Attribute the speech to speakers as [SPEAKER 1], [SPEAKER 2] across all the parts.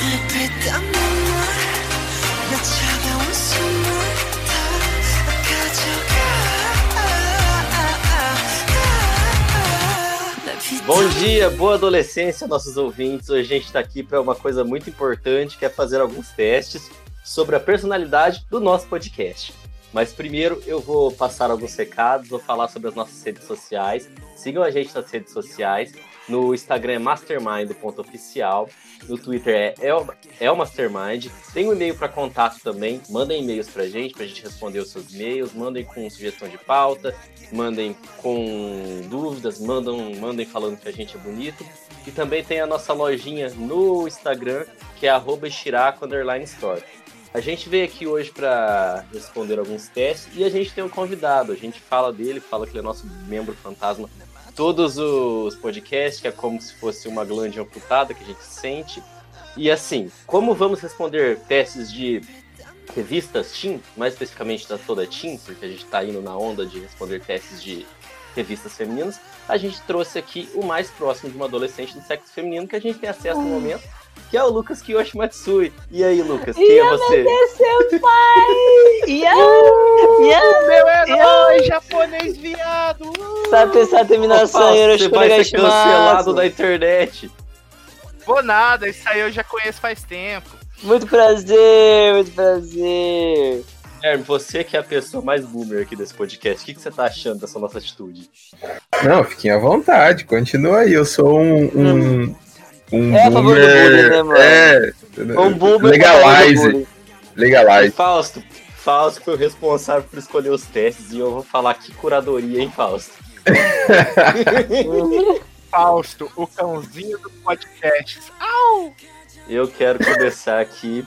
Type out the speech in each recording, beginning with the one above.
[SPEAKER 1] 내 피땀 눈물 내 차가운 숨을 다 가져가 내 피땀
[SPEAKER 2] Bom dia, boa adolescência, nossos ouvintes. Hoje a gente está aqui para uma coisa muito importante, que é fazer alguns testes sobre a personalidade do nosso podcast. Mas primeiro eu vou passar alguns recados, vou falar sobre as nossas redes sociais. Sigam a gente nas redes sociais. No Instagram é mastermind.oficial, no Twitter é El, El Mastermind. Tem um e-mail para contato também. Mandem e-mails para gente, para a gente responder os seus e-mails. Mandem com sugestão de pauta, mandem com dúvidas, mandam, mandem falando que a gente é bonito. E também tem a nossa lojinha no Instagram, que é arroba Shirako underline store. A gente veio aqui hoje para responder alguns testes e a gente tem um convidado. A gente fala dele, fala que ele é nosso membro fantasma. Todos os podcasts, que é como se fosse uma glândula amputada que a gente sente. E assim, como vamos responder testes de revistas Team, mais especificamente da toda Team, porque a gente tá indo na onda de responder testes de revistas femininas, a gente trouxe aqui o mais próximo de uma adolescente do sexo feminino que a gente tem acesso no momento, que é o Lucas Kiyoshi Matsui. E aí, Lucas, quem é você?
[SPEAKER 3] seu pai! Iau! Iau!
[SPEAKER 4] Uh, Meu herói
[SPEAKER 3] Eu-
[SPEAKER 4] japonês viado!
[SPEAKER 3] Sabe determinação,
[SPEAKER 2] você vai ser cancelado da
[SPEAKER 3] Yoroshimasu.
[SPEAKER 2] internet.
[SPEAKER 4] Vou nada, isso aí eu já conheço faz tempo.
[SPEAKER 3] Muito prazer, muito prazer.
[SPEAKER 2] Guilherme, você que é a pessoa mais boomer aqui desse podcast, o que, que você tá achando dessa nossa atitude?
[SPEAKER 5] Não, fiquem à vontade, continua aí. Eu sou um. um, um
[SPEAKER 3] É a favor do bullying, né, mano?
[SPEAKER 5] É.
[SPEAKER 3] Um boomer
[SPEAKER 5] Legalize, legalize.
[SPEAKER 2] Fausto, Fausto foi o responsável por escolher os testes e eu vou falar que curadoria, hein, Fausto?
[SPEAKER 4] Fausto, o cãozinho do podcast.
[SPEAKER 2] Eu quero começar aqui.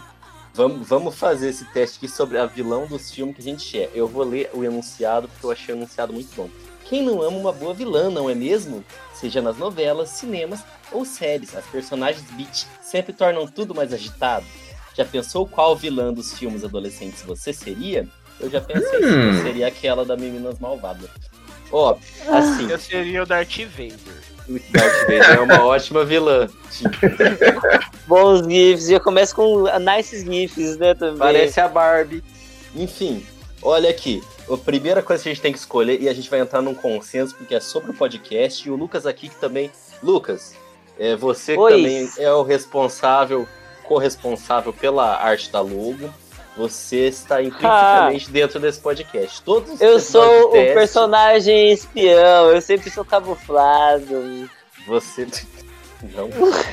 [SPEAKER 2] Vamos, vamos fazer esse teste aqui sobre a vilão dos filmes que a gente é. Eu vou ler o enunciado, porque eu achei o enunciado muito bom. Quem não ama uma boa vilã, não é mesmo? Seja nas novelas, cinemas ou séries, as personagens beat sempre tornam tudo mais agitado. Já pensou qual vilã dos filmes adolescentes você seria? Eu já pensei que
[SPEAKER 5] Hum.
[SPEAKER 2] seria aquela da Meninas Malvadas. Ó, assim,
[SPEAKER 4] Eu seria o Darth Vader.
[SPEAKER 2] o Darth Vader é uma ótima vilã.
[SPEAKER 3] Bons gifs. Já começa com nice gifs, né, também.
[SPEAKER 2] Parece a Barbie. Enfim, olha aqui. A primeira coisa que a gente tem que escolher, e a gente vai entrar num consenso, porque é sobre o podcast, e o Lucas aqui que também. Lucas, é você que
[SPEAKER 3] Oi.
[SPEAKER 2] também é o responsável, corresponsável pela arte da logo. Você está intrinsecamente dentro desse podcast. Todos os
[SPEAKER 3] Eu
[SPEAKER 2] episódios
[SPEAKER 3] sou o
[SPEAKER 2] de teste,
[SPEAKER 3] personagem espião, eu sempre sou camuflado.
[SPEAKER 2] Você. Não.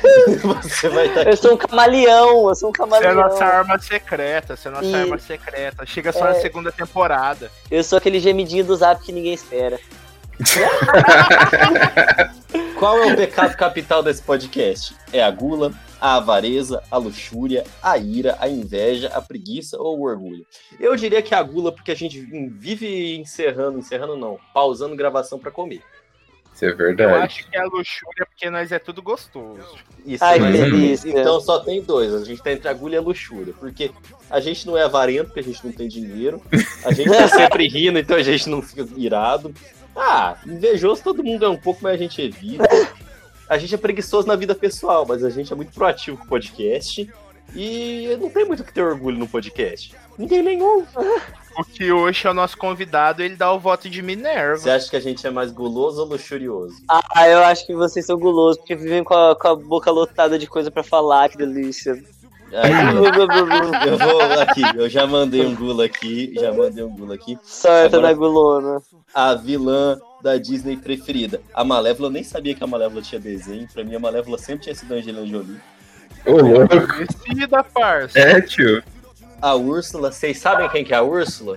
[SPEAKER 2] você vai tá estar
[SPEAKER 3] Eu sou um camaleão, eu sou um
[SPEAKER 4] Você é a
[SPEAKER 3] camaleão.
[SPEAKER 4] nossa arma secreta, você é a nossa
[SPEAKER 3] E-
[SPEAKER 4] arma secreta. Chega só na
[SPEAKER 3] É.
[SPEAKER 4] segunda temporada.
[SPEAKER 3] Eu sou aquele gemidinho do zap que ninguém espera.
[SPEAKER 2] Qual é o pecado capital desse podcast? É a gula, a avareza, a luxúria, a ira, a inveja, a preguiça ou o orgulho? Eu diria que é a gula, porque a gente vive encerrando, encerrando não, pausando gravação pra comer.
[SPEAKER 5] Isso é
[SPEAKER 4] Eu
[SPEAKER 5] verdade.
[SPEAKER 4] acho que é a luxúria porque nós é tudo gostoso.
[SPEAKER 2] Isso é
[SPEAKER 3] Ai,
[SPEAKER 2] mas-
[SPEAKER 5] que
[SPEAKER 3] delícia.
[SPEAKER 2] Então só tem dois, a gente tá entre a agulha e a luxúria, porque a gente não é avarento, porque a gente não tem dinheiro, a gente tá sempre rindo, então a gente não fica irado. Ah, invejoso todo mundo é um pouco, mas a gente evita. A gente é preguiçoso na vida pessoal, mas a gente é muito proativo com o podcast. E não tem muito o que ter orgulho no podcast. Ninguém nem ouve.
[SPEAKER 4] O que hoje é o nosso convidado, ele dá o voto de Minerva.
[SPEAKER 2] Você acha que a gente é mais guloso ou luxurioso?
[SPEAKER 3] Ah, eu acho que vocês são gulosos, porque vivem com a, com a boca lotada de coisa pra falar, que delícia.
[SPEAKER 2] Aí, eu- eu vou aqui, eu já mandei um gula aqui, já mandei um gula aqui.
[SPEAKER 3] Sorta
[SPEAKER 2] Agora-
[SPEAKER 3] da gulona.
[SPEAKER 2] a vilã da Disney preferida. A Malévola, eu nem sabia que a Malévola tinha desenho. Pra mim, a Malévola sempre tinha sido a Angelina Jolie.
[SPEAKER 5] Ô,
[SPEAKER 4] é
[SPEAKER 5] louco.
[SPEAKER 4] Decida, parça.
[SPEAKER 5] É, tio?
[SPEAKER 2] A Úrsula, vocês sabem quem que é a Úrsula?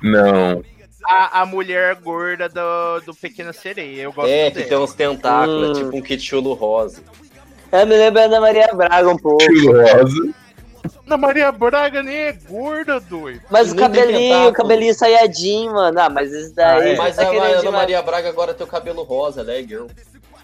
[SPEAKER 5] Não.
[SPEAKER 4] A, a mulher gorda do, do Pequena Sereia. Eu gosto
[SPEAKER 2] é, que
[SPEAKER 4] dela.
[SPEAKER 2] tem uns tentáculos, é
[SPEAKER 3] Hum.
[SPEAKER 2] tipo um quichulo rosa.
[SPEAKER 3] Ela me lembra da Maria Braga um pouco.
[SPEAKER 5] Tio Rosa.
[SPEAKER 4] Ana Maria Braga nem é gorda, doido.
[SPEAKER 3] Mas o
[SPEAKER 2] Nem tá, tem
[SPEAKER 3] cabelinho, o
[SPEAKER 2] tentáculo.
[SPEAKER 3] cabelinho saiadinho, mano. Ah, mas isso daí.
[SPEAKER 5] Ah, é.
[SPEAKER 3] você
[SPEAKER 2] Mas
[SPEAKER 3] tá
[SPEAKER 2] a
[SPEAKER 3] querendo
[SPEAKER 2] Ana
[SPEAKER 3] demais.
[SPEAKER 2] Maria Braga agora tem o cabelo rosa, né, girl?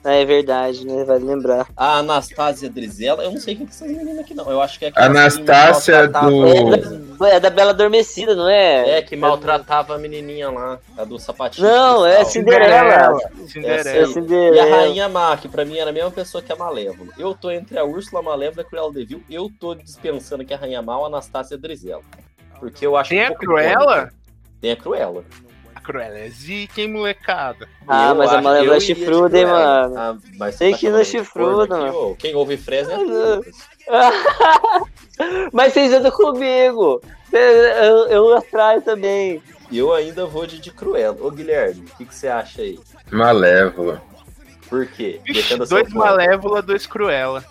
[SPEAKER 3] Ah, é verdade, né? Vai lembrar.
[SPEAKER 2] A Anastácia Drizella, eu não sei quem que é essa menina aqui, não. Eu acho que é aquela
[SPEAKER 5] Anastácia
[SPEAKER 2] que maltratava-
[SPEAKER 5] do.
[SPEAKER 3] É da Bela Adormecida, não é?
[SPEAKER 2] É, que maltratava a menininha lá, a do sapatinho.
[SPEAKER 3] Não,
[SPEAKER 2] de
[SPEAKER 3] é
[SPEAKER 2] cristal.
[SPEAKER 3] Cinderela.
[SPEAKER 2] É,
[SPEAKER 3] É
[SPEAKER 4] Cinderela.
[SPEAKER 2] sim. E a
[SPEAKER 3] Cinderela.
[SPEAKER 2] Rainha Má, que pra mim era a mesma pessoa que a Malévola. Eu tô entre a Úrsula Malévola e a Cruella de Vil. Eu tô dispensando que a Rainha Má ou a Anastácia Drizella. Porque eu acho
[SPEAKER 4] Tem
[SPEAKER 2] um
[SPEAKER 4] a
[SPEAKER 2] pouco
[SPEAKER 4] Cruella?
[SPEAKER 2] icônica. Tem a Cruella.
[SPEAKER 4] A Cruella é zica, hein, molecada.
[SPEAKER 3] Ah,
[SPEAKER 2] Eu
[SPEAKER 3] mas a
[SPEAKER 2] acho-
[SPEAKER 3] Malévola
[SPEAKER 2] eu
[SPEAKER 3] é
[SPEAKER 2] ia de
[SPEAKER 3] chifruda, hein,
[SPEAKER 2] Cruella.
[SPEAKER 3] mano.
[SPEAKER 2] Ah, mas
[SPEAKER 3] Sei
[SPEAKER 2] tá
[SPEAKER 3] que não
[SPEAKER 2] chamando
[SPEAKER 3] é
[SPEAKER 2] de
[SPEAKER 3] chifruda,
[SPEAKER 2] corno aqui, ô. Quem ouve Fresno é
[SPEAKER 3] não.
[SPEAKER 2] tudo.
[SPEAKER 3] mas vocês andam comigo. Eu, eu, eu atraio também.
[SPEAKER 2] Eu ainda vou de, de Cruella. Ô, Guilherme, o que que você acha aí?
[SPEAKER 5] Malévola.
[SPEAKER 2] Por quê?
[SPEAKER 4] Ixi,
[SPEAKER 2] Defenda seu
[SPEAKER 4] dois
[SPEAKER 2] ponto.
[SPEAKER 4] Malévola, dois Cruella.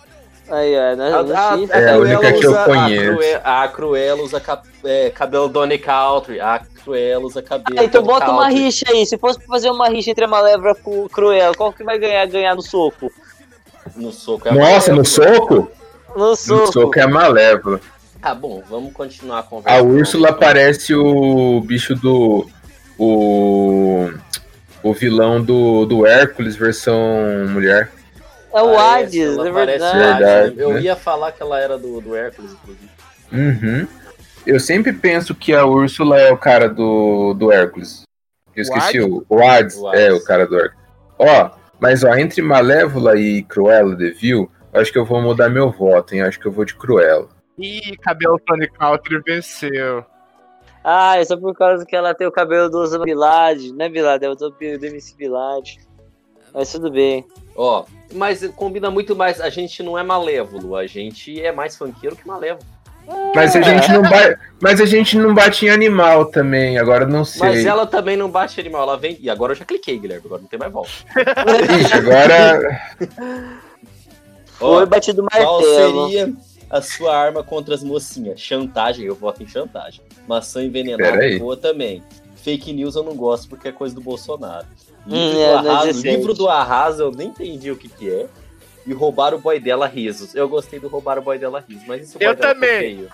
[SPEAKER 3] Aí, ó.
[SPEAKER 2] A,
[SPEAKER 3] Nós,
[SPEAKER 2] a,
[SPEAKER 3] nós
[SPEAKER 2] Ah, a,
[SPEAKER 3] chifra.
[SPEAKER 5] É, a
[SPEAKER 2] Cruella
[SPEAKER 5] única que eu
[SPEAKER 2] usa- a
[SPEAKER 5] conheço.
[SPEAKER 2] Crue- A Cruella usa cap- é, cabelo Donny Country. A Cruella usa cabelo.
[SPEAKER 3] Ah, então
[SPEAKER 2] Dona
[SPEAKER 3] bota uma
[SPEAKER 2] Country.
[SPEAKER 3] rixa aí. Se fosse pra fazer uma rixa entre a Malévola com o Cruella, qual que vai ganhar ganhar no soco?
[SPEAKER 2] No soco. é a
[SPEAKER 5] Nossa,
[SPEAKER 2] Malévola.
[SPEAKER 5] no soco?
[SPEAKER 3] No
[SPEAKER 5] No
[SPEAKER 3] soco.
[SPEAKER 5] soco é Malévola.
[SPEAKER 2] Tá bom, vamos continuar a conversa. né? Então,
[SPEAKER 5] A Úrsula parece o bicho do. O. O vilão do, do Hércules, versão mulher.
[SPEAKER 3] É o
[SPEAKER 2] Parece,
[SPEAKER 3] Hades,
[SPEAKER 2] Ah, ela parece
[SPEAKER 3] é verdade.
[SPEAKER 2] o Hades, né?
[SPEAKER 5] Verdade,
[SPEAKER 2] Eu
[SPEAKER 5] né?
[SPEAKER 2] ia falar que ela era do, do Hércules, inclusive.
[SPEAKER 5] Uhum. Eu sempre penso que a Úrsula é o cara do, do Hércules. Eu esqueci o, o Hades.
[SPEAKER 2] O
[SPEAKER 5] É
[SPEAKER 2] Hades.
[SPEAKER 5] o cara do Hércules. Ó, mas ó, entre Malévola e Cruella de Vil, acho que eu vou mudar meu voto, hein? Acho que eu vou de Cruella.
[SPEAKER 4] Ih, cabelo Tony Country venceu.
[SPEAKER 3] Ah, é só por causa que ela tem o cabelo do Osama Bin Laden. Não é Bin Laden, é o do, do MC Bin Laden. Mas tudo bem.
[SPEAKER 2] Ó, mas combina muito mais. A gente não é malévolo, a gente é mais funkeiro que malévolo.
[SPEAKER 5] Mas a gente não bate, mas a gente não bate em animal também, agora eu não sei.
[SPEAKER 2] Mas ela também não bate animal, ela vem. E agora eu já cliquei, Guilherme, agora não tem mais volta.
[SPEAKER 5] Ixi, agora
[SPEAKER 3] Foi
[SPEAKER 2] Ó,
[SPEAKER 3] batido
[SPEAKER 2] qual
[SPEAKER 3] martelo.
[SPEAKER 2] seria a sua arma contra as mocinhas? Chantagem, eu voto em chantagem. Maçã envenenada
[SPEAKER 5] Pera aí.
[SPEAKER 2] é boa também. Fake news eu não gosto porque é coisa do Bolsonaro.
[SPEAKER 3] Hum,
[SPEAKER 2] Livro,
[SPEAKER 3] é,
[SPEAKER 2] do,
[SPEAKER 3] não
[SPEAKER 2] arraso,
[SPEAKER 3] existe.
[SPEAKER 2] livro do arraso eu nem entendi o que que é. E roubar o boy dela risos. Eu gostei do roubar o boy dela risos, mas isso um
[SPEAKER 4] Eu também.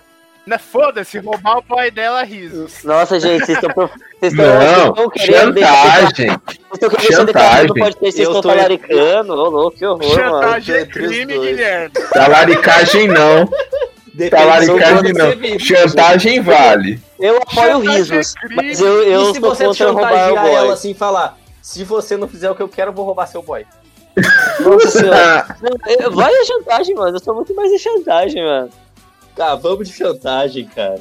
[SPEAKER 4] Na é, foda-se, roubar o boy dela riso.
[SPEAKER 3] Nossa, gente, vocês estão. pro- Vocês estão- vocês
[SPEAKER 5] não,
[SPEAKER 3] estão querendo deixar-
[SPEAKER 5] chantagem.
[SPEAKER 3] Vocês estão querendo deixar declarado no
[SPEAKER 5] Chantagem.
[SPEAKER 3] podcast, vocês
[SPEAKER 2] Eu
[SPEAKER 3] estão
[SPEAKER 2] tô-
[SPEAKER 3] talaricando. Ô, louco, que horror, mano.
[SPEAKER 4] Chantagem é
[SPEAKER 2] entre os
[SPEAKER 4] crime,
[SPEAKER 2] dois.
[SPEAKER 4] Guilherme.
[SPEAKER 5] Talaricagem não, Tá talaricagem não. Chantagem vale.
[SPEAKER 3] Eu apoio
[SPEAKER 4] Chantagem
[SPEAKER 3] risos.
[SPEAKER 4] é crime.
[SPEAKER 3] Mas eu, eu
[SPEAKER 2] e se
[SPEAKER 3] sou
[SPEAKER 2] você
[SPEAKER 3] contra roubar o
[SPEAKER 2] chantagear ela
[SPEAKER 3] boy.
[SPEAKER 2] assim e falar: se você não fizer o que eu quero, eu vou roubar seu boy.
[SPEAKER 3] Nossa senhora. Não, eu- Vai a chantagem, mano. Eu sou muito mais a chantagem, mano.
[SPEAKER 2] Tá, vamos de chantagem, cara. é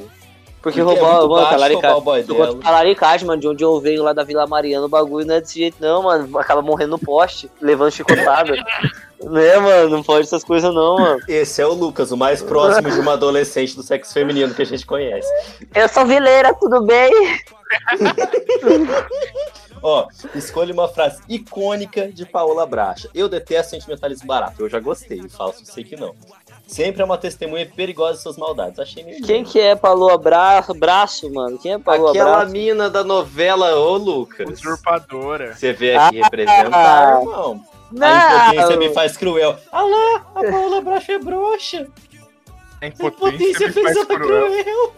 [SPEAKER 3] Porque roubar, tá
[SPEAKER 2] muito
[SPEAKER 3] mano,
[SPEAKER 2] baixo
[SPEAKER 3] talaricar-
[SPEAKER 2] roubar o boy
[SPEAKER 3] Eu conto
[SPEAKER 2] dela.
[SPEAKER 3] talaricagem, mano, de onde eu venho lá da Vila Mariana, o bagulho não é desse jeito, não, mano. Acaba morrendo no poste, levando chicotada. né, mano? Não pode essas coisas, não, mano.
[SPEAKER 2] Esse é o Lucas, o mais próximo de uma adolescente do sexo feminino que a gente conhece.
[SPEAKER 3] Eu sou vileira, tudo bem?
[SPEAKER 2] Ó, escolha uma frase icônica de Paola Bracha. Eu detesto sentimentalismo barato. Eu já gostei, falso, sei que não. Sempre é uma testemunha perigosa de suas maldades. Achei meio.
[SPEAKER 3] Quem que é Palô Bra... Braço, mano? Quem é Palô
[SPEAKER 2] Aquela
[SPEAKER 3] Braço?
[SPEAKER 2] mina da novela, ô Lucas.
[SPEAKER 4] Usurpadora.
[SPEAKER 2] Você vê aqui
[SPEAKER 3] Ah!
[SPEAKER 2] representar, irmão. A impotência é me faz cruel. Ah lá, a Paola Bracha é broxa.
[SPEAKER 4] A
[SPEAKER 2] A
[SPEAKER 4] impotência
[SPEAKER 2] impotência
[SPEAKER 4] me
[SPEAKER 2] fez
[SPEAKER 4] faz
[SPEAKER 2] ela
[SPEAKER 4] cruel.
[SPEAKER 2] cruel.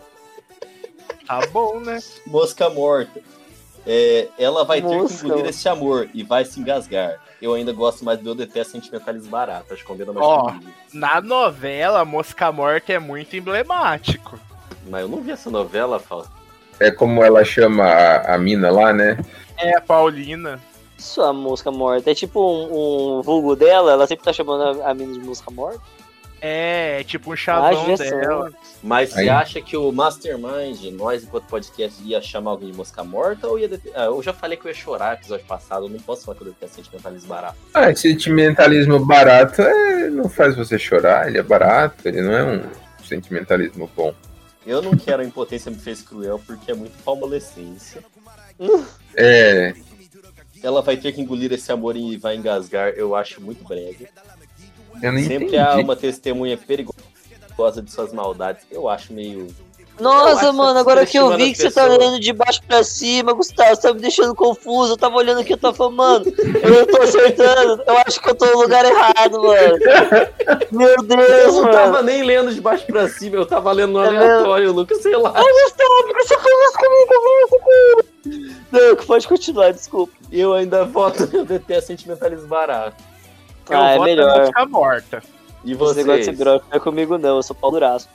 [SPEAKER 4] Tá bom, né?
[SPEAKER 2] Mosca morta. É, ela vai ter que
[SPEAKER 3] Mosca.
[SPEAKER 2] engolir esse amor e vai se engasgar. Eu ainda gosto mais do Eu Detesto Sentimentalismo Barato. Acho que combina mais
[SPEAKER 4] Ó.
[SPEAKER 2] comigo.
[SPEAKER 4] Na novela, Mosca Morta é muito emblemático.
[SPEAKER 2] Mas eu não vi essa novela, Fausto.
[SPEAKER 5] É como ela chama a, a mina lá, né?
[SPEAKER 4] É a Paulina.
[SPEAKER 3] Sua mosca morta. É tipo um, um vulgo dela, ela sempre tá chamando a, a mina de mosca morta.
[SPEAKER 4] É, é tipo um
[SPEAKER 3] Ah,
[SPEAKER 4] chavão
[SPEAKER 3] já sei.
[SPEAKER 4] dela.
[SPEAKER 2] Mas você
[SPEAKER 5] Aí.
[SPEAKER 2] acha que o Mastermind, nós enquanto podcast, ia chamar alguém de mosca morta ou ia. dete- Ah, eu já falei que eu ia chorar no episódio passado, eu não posso falar que eu detesto sentimentalismo barato.
[SPEAKER 5] Ah, esse sentimentalismo barato é, não faz você chorar, ele é barato, ele não é um sentimentalismo bom.
[SPEAKER 2] Eu não quero a impotência me fez cruel porque é muito palmolescência.
[SPEAKER 5] É,
[SPEAKER 2] Ela vai ter que engolir esse amor e vai engasgar, eu acho muito breve.
[SPEAKER 5] eu não
[SPEAKER 2] Sempre é
[SPEAKER 5] entendi.
[SPEAKER 2] há uma testemunha perigosa de suas maldades, eu acho meio Eu acho
[SPEAKER 3] Nossa,
[SPEAKER 2] que
[SPEAKER 3] mano,
[SPEAKER 2] você
[SPEAKER 3] agora que eu
[SPEAKER 2] subestimando
[SPEAKER 3] vi que
[SPEAKER 2] as
[SPEAKER 3] você tá
[SPEAKER 2] pessoas.
[SPEAKER 3] olhando de baixo pra cima, Gustavo, você tá me deixando confuso. Eu tava olhando aqui, eu tava falando, mano, eu não tô acertando. Eu acho que eu tô no lugar errado, mano. Meu
[SPEAKER 2] Eu
[SPEAKER 3] Deus,
[SPEAKER 2] não
[SPEAKER 3] mano.
[SPEAKER 2] tava nem lendo de baixo pra cima, eu tava lendo no
[SPEAKER 3] É mesmo?
[SPEAKER 2] aleatório, Lucas, sei lá.
[SPEAKER 3] Ai, Gustavo, você conversa comigo, conversa comigo. Não, pode continuar, desculpa.
[SPEAKER 2] Eu ainda voto, eu detesto sentimentalismo barato.
[SPEAKER 4] Eu
[SPEAKER 3] ah, é
[SPEAKER 4] voto
[SPEAKER 3] melhor. Tá
[SPEAKER 4] na música morta.
[SPEAKER 2] E
[SPEAKER 3] Esse negócio de
[SPEAKER 2] vocês?
[SPEAKER 3] ser grófico não é comigo, não. Eu sou pau duraço.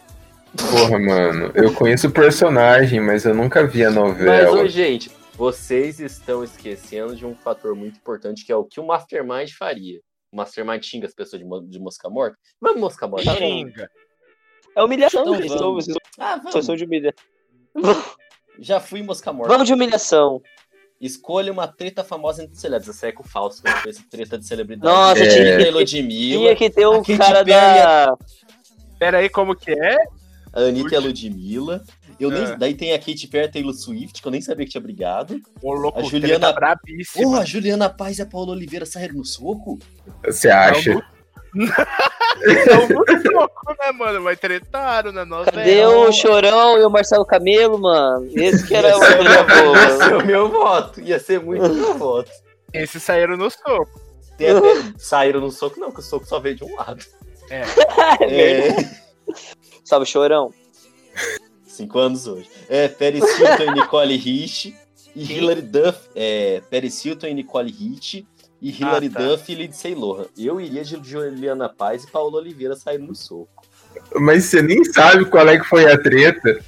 [SPEAKER 5] Porra, mano. Eu conheço o personagem, mas eu nunca vi a
[SPEAKER 3] é
[SPEAKER 2] Mas,
[SPEAKER 5] novela.
[SPEAKER 2] ô, gente, vocês estão esquecendo de um fator muito importante, que é o que o Mastermind faria. O Mastermind xinga as pessoas de, mo- de mosca morta. Vamos mosca morta? vamos.
[SPEAKER 4] Xinga.
[SPEAKER 3] É humilhação,
[SPEAKER 2] Então
[SPEAKER 3] eles são,
[SPEAKER 2] vamos.
[SPEAKER 3] eles são,
[SPEAKER 2] Ah,
[SPEAKER 3] eles são
[SPEAKER 2] vamos.
[SPEAKER 3] de humilha.
[SPEAKER 2] Já fui mosca morta.
[SPEAKER 3] Vamos de humilhação.
[SPEAKER 2] Escolha uma treta famosa entre celebres. Essa é com o falso, né? Essa treta de celebridade.
[SPEAKER 3] Nossa,
[SPEAKER 5] É.
[SPEAKER 3] tinha,
[SPEAKER 2] Tinha a
[SPEAKER 3] tinha
[SPEAKER 2] Ludmilla,
[SPEAKER 3] que ter
[SPEAKER 2] a
[SPEAKER 3] um
[SPEAKER 2] Katy
[SPEAKER 3] cara
[SPEAKER 2] Perry
[SPEAKER 3] da.
[SPEAKER 4] Pera aí, como que é?
[SPEAKER 2] a Anitta e a Ludmilla. Eu nem,
[SPEAKER 4] É.
[SPEAKER 2] Daí tem a Katy Perry, a Taylor Swift, que eu nem sabia que tinha brigado. Tipo,
[SPEAKER 4] O louco
[SPEAKER 2] A
[SPEAKER 4] o tá
[SPEAKER 2] Juliana-
[SPEAKER 4] treta
[SPEAKER 2] Porra,
[SPEAKER 4] brabíssima.
[SPEAKER 2] a Juliana Paz e a Paula Oliveira saíram no soco?
[SPEAKER 5] Você
[SPEAKER 2] é
[SPEAKER 5] acha?
[SPEAKER 4] Então, muito louco, né, mano? Mas tretaram né? é, na novela.
[SPEAKER 3] Cadê o Chorão e o Marcelo Camelo, mano? Esse que era o
[SPEAKER 2] Esse é
[SPEAKER 3] trilha boa.
[SPEAKER 2] Esse é o meu voto. Ia ser muito meu voto.
[SPEAKER 4] Esses saíram no soco.
[SPEAKER 2] Tem até- saíram no soco, não, que o soco só veio de um lado.
[SPEAKER 3] É.
[SPEAKER 2] É,
[SPEAKER 3] Salve, Chorão.
[SPEAKER 2] cinco anos hoje. É, Paris Hilton e Nicole Rich. E Hilary Duff. É, Paris Hilton e Nicole Rich. E Hilary
[SPEAKER 4] tá.
[SPEAKER 2] Duff e Lindsay Lohan. Eu iria de Juliana Paz e Paola Oliveira saindo no soco.
[SPEAKER 5] Mas você nem sabe qual é que foi a treta.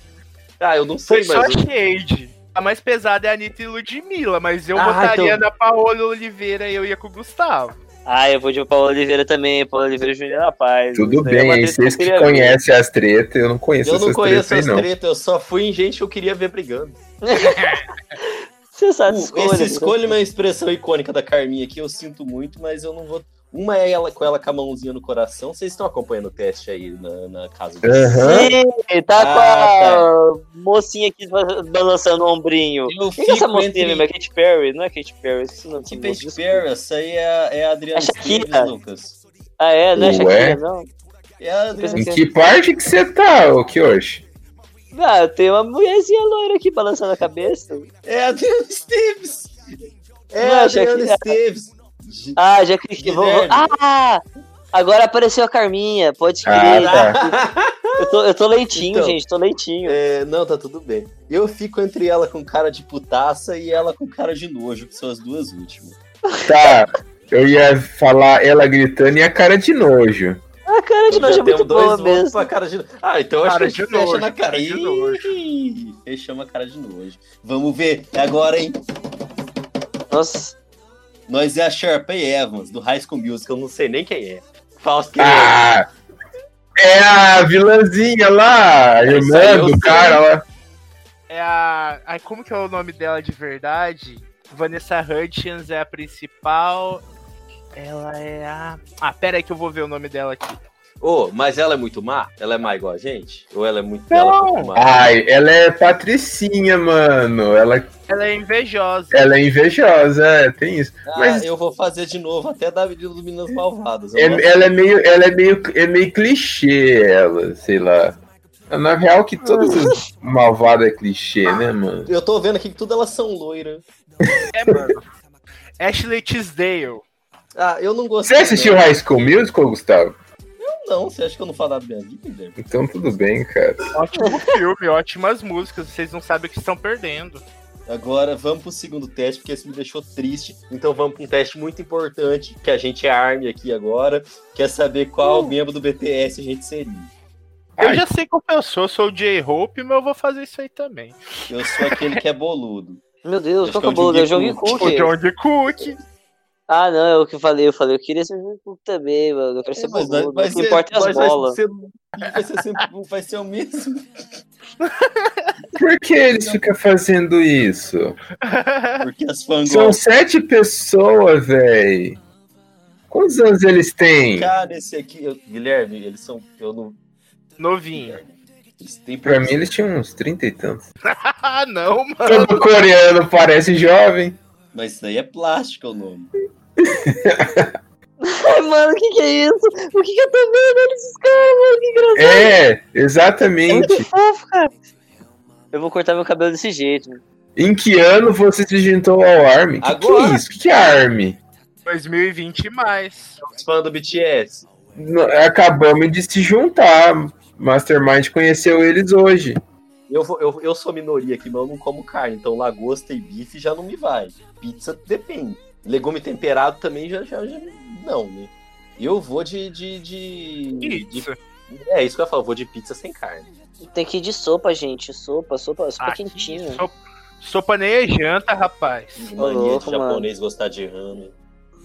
[SPEAKER 2] Ah, eu não
[SPEAKER 4] Foi
[SPEAKER 2] sei,
[SPEAKER 4] só
[SPEAKER 2] mas.
[SPEAKER 4] shade. A mais pesada é a Anitta e Ludmilla, mas eu
[SPEAKER 2] Ah,
[SPEAKER 4] votaria
[SPEAKER 2] então-
[SPEAKER 4] na Paola Oliveira e eu ia com o Gustavo.
[SPEAKER 3] Ah, eu vou de Paulo Oliveira também. Paulo Oliveira e Juliana Paz.
[SPEAKER 5] Tudo
[SPEAKER 3] Isso daí é
[SPEAKER 5] bem,
[SPEAKER 3] uma
[SPEAKER 5] aí
[SPEAKER 3] treta eu
[SPEAKER 5] vocês que
[SPEAKER 3] queria ver.
[SPEAKER 5] conhecem as tretas, eu não conheço
[SPEAKER 2] Eu
[SPEAKER 5] essas
[SPEAKER 2] não conheço
[SPEAKER 5] tretas
[SPEAKER 2] as
[SPEAKER 5] aí, não.
[SPEAKER 2] tretas, eu só fui em gente que eu queria ver brigando.
[SPEAKER 3] Você sabe
[SPEAKER 2] Uh,
[SPEAKER 3] escolha.
[SPEAKER 2] esse
[SPEAKER 3] né?
[SPEAKER 2] escolha é uma expressão icônica da Carminha aqui, eu sinto muito, mas eu não vou. Uma é ela com ela com a mãozinha no coração. Vocês estão acompanhando o teste aí na, na casa de vocês?
[SPEAKER 5] Aham.
[SPEAKER 3] Sim, tá
[SPEAKER 2] Ah,
[SPEAKER 3] com a
[SPEAKER 5] tá.
[SPEAKER 3] mocinha aqui ba- balançando o ombrinho.
[SPEAKER 2] Eu
[SPEAKER 3] Quem que é essa
[SPEAKER 2] fico
[SPEAKER 3] mocinha
[SPEAKER 2] entre.
[SPEAKER 3] mesmo? É Katy Perry? Não é Katy Perry? Isso não
[SPEAKER 2] Que
[SPEAKER 3] tem
[SPEAKER 2] Katy Perry, essa Tipo, aí é, a- é a Adriana
[SPEAKER 3] A Shakira.
[SPEAKER 2] Esteves, Lucas.
[SPEAKER 3] Ah, é? Não é
[SPEAKER 5] Ué?
[SPEAKER 3] Shakira, não?
[SPEAKER 2] É a
[SPEAKER 3] Pensei
[SPEAKER 2] Adriana
[SPEAKER 5] Em que parte que você tá, ô Kyoshi?
[SPEAKER 3] Ah, tem uma mulherzinha loira aqui balançando a cabeça.
[SPEAKER 2] É a Adriana Esteves! É
[SPEAKER 3] Não,
[SPEAKER 2] a Adriana
[SPEAKER 3] Shakira.
[SPEAKER 2] Esteves! Gi-
[SPEAKER 3] Ah, já cliquei. Vou, vou-
[SPEAKER 2] Guilherme.
[SPEAKER 3] Ah! Agora apareceu a Carminha, pode
[SPEAKER 5] Ah,
[SPEAKER 3] crer. eu, tô, eu tô leitinho,
[SPEAKER 2] Então.
[SPEAKER 3] gente, tô leitinho.
[SPEAKER 2] tá. É, não, tá tudo bem. Eu fico entre ela com cara de putaça e ela com cara de nojo, que são as duas últimas.
[SPEAKER 5] Tá, eu ia falar ela gritando e a cara de nojo.
[SPEAKER 3] A cara de nós é
[SPEAKER 2] Já temos
[SPEAKER 3] muito boa
[SPEAKER 2] dois votos
[SPEAKER 3] mesmo.
[SPEAKER 2] pra cara de nojo. Ah, então eu acho que
[SPEAKER 4] Cara
[SPEAKER 2] a gente
[SPEAKER 4] de
[SPEAKER 2] fecha
[SPEAKER 4] nojo,
[SPEAKER 2] na cara.
[SPEAKER 4] cara de nojo.
[SPEAKER 2] Ih, Fechamos a cara de nojo. Vamos ver é agora, hein?
[SPEAKER 3] Nossa,
[SPEAKER 2] Nós é a Sharpay Evans, do High School Musical. Eu não sei nem quem é. Fausto que
[SPEAKER 5] Ah! É a vilãzinha lá, a
[SPEAKER 2] isso aí
[SPEAKER 5] irmã
[SPEAKER 2] eu sei.
[SPEAKER 5] do cara lá.
[SPEAKER 4] É a. Ai, como que é o nome dela de verdade? Vanessa Hudgens é a principal. Ela é a. Ah, pera aí que eu vou ver o nome dela aqui.
[SPEAKER 2] Ô, mas ela é muito má? Ela é má igual a gente? Ou ela é muito,
[SPEAKER 4] Não.
[SPEAKER 2] ela é muito má?
[SPEAKER 5] Ai, ela é patricinha, mano. Ela,
[SPEAKER 4] Ela é invejosa.
[SPEAKER 5] ela é invejosa, é, tem isso.
[SPEAKER 2] Ah,
[SPEAKER 5] mas-
[SPEAKER 2] eu vou fazer de novo até da Avenida dos Meninas Malvadas. Eu
[SPEAKER 5] É-
[SPEAKER 2] gosto.
[SPEAKER 5] ela é meio, ela é meio, é meio clichê, ela, sei lá. Na real que todas as malvadas é clichê, né, mano?
[SPEAKER 2] Eu tô vendo aqui que tudo elas são loiras.
[SPEAKER 4] É, mano. Ashley Tisdale.
[SPEAKER 2] Ah, eu não
[SPEAKER 5] Você
[SPEAKER 2] gostei.
[SPEAKER 5] assistiu High School Musical, Gustavo?
[SPEAKER 2] Não, não você acha que eu não falo nada da minha vida, Guilherme?
[SPEAKER 5] Então tudo bem, cara.
[SPEAKER 4] Ótimo filme, ótimas músicas. Vocês não sabem o que estão perdendo.
[SPEAKER 2] Agora vamos pro segundo teste, porque esse me deixou triste. Então vamos pra um teste muito importante, que a gente é Army aqui agora. Quer saber qual
[SPEAKER 3] Hum.
[SPEAKER 2] membro do BTS a gente seria.
[SPEAKER 4] Eu
[SPEAKER 5] Ai.
[SPEAKER 4] já sei como eu sou, sou o J-Hope, mas eu vou fazer isso aí também.
[SPEAKER 2] Eu sou aquele que é boludo.
[SPEAKER 3] meu Deus,
[SPEAKER 2] Acho
[SPEAKER 3] qual
[SPEAKER 2] que
[SPEAKER 3] que
[SPEAKER 2] é
[SPEAKER 3] é
[SPEAKER 2] o
[SPEAKER 3] o bolo do
[SPEAKER 2] Jung
[SPEAKER 3] Jung Cook?
[SPEAKER 4] O John de Cook.
[SPEAKER 3] Ah, não, é o que eu falei. Eu falei, eu queria ser Jung Cook também, mano. Eu quero ser
[SPEAKER 2] É, mas
[SPEAKER 3] boludo.
[SPEAKER 2] vai
[SPEAKER 3] O que
[SPEAKER 2] ser-
[SPEAKER 3] importa é as
[SPEAKER 2] mas vai
[SPEAKER 3] bolas.
[SPEAKER 2] ser- Vai ser, sempre- vai ser o mesmo.
[SPEAKER 5] Por que eles ficam fazendo isso?
[SPEAKER 2] Porque as fangirls.
[SPEAKER 5] São sete pessoas, velho. Quantos anos eles têm?
[SPEAKER 2] Cara, esse aqui. eu- Guilherme, eles são. Eu não.
[SPEAKER 4] Novinho.
[SPEAKER 2] Eles têm
[SPEAKER 5] Pra mim eles tinham uns trinta e tantos.
[SPEAKER 4] Ah, não, mano.
[SPEAKER 5] Todo coreano parece jovem.
[SPEAKER 2] Mas isso daí é plástico o nome.
[SPEAKER 3] Ai, mano, o que que é isso? O que que eu tô vendo? Olha esses caras, mano. Que engraçado.
[SPEAKER 5] É,
[SPEAKER 3] É muito
[SPEAKER 5] exatamente.
[SPEAKER 3] fofo, cara. Eu vou cortar meu cabelo desse jeito.
[SPEAKER 5] Em que ano você se juntou ao ARMY? Que que
[SPEAKER 2] Agora.
[SPEAKER 5] é isso? Que que é ARMY?
[SPEAKER 4] 2020 e mais.
[SPEAKER 2] Os fãs do BTS.
[SPEAKER 5] N- Acabamos de se juntar. Mastermind conheceu eles hoje.
[SPEAKER 2] Eu, vou- eu, eu sou minoria aqui, mas eu não como carne, então lagosta e bife já não me vai. Pizza depende. Legume temperado também já, já, já não, né? Eu vou de. de, de- de-
[SPEAKER 4] Isso.
[SPEAKER 2] é isso que eu falo, eu vou de pizza sem carne.
[SPEAKER 3] Tem que ir de sopa, gente. Sopa, sopa, sopa
[SPEAKER 2] Ah,
[SPEAKER 4] Aqui,
[SPEAKER 3] quentinha.
[SPEAKER 4] sopa, sopa nem é janta, rapaz.
[SPEAKER 2] Mania
[SPEAKER 3] louco,
[SPEAKER 2] de japonês gostar de ramen.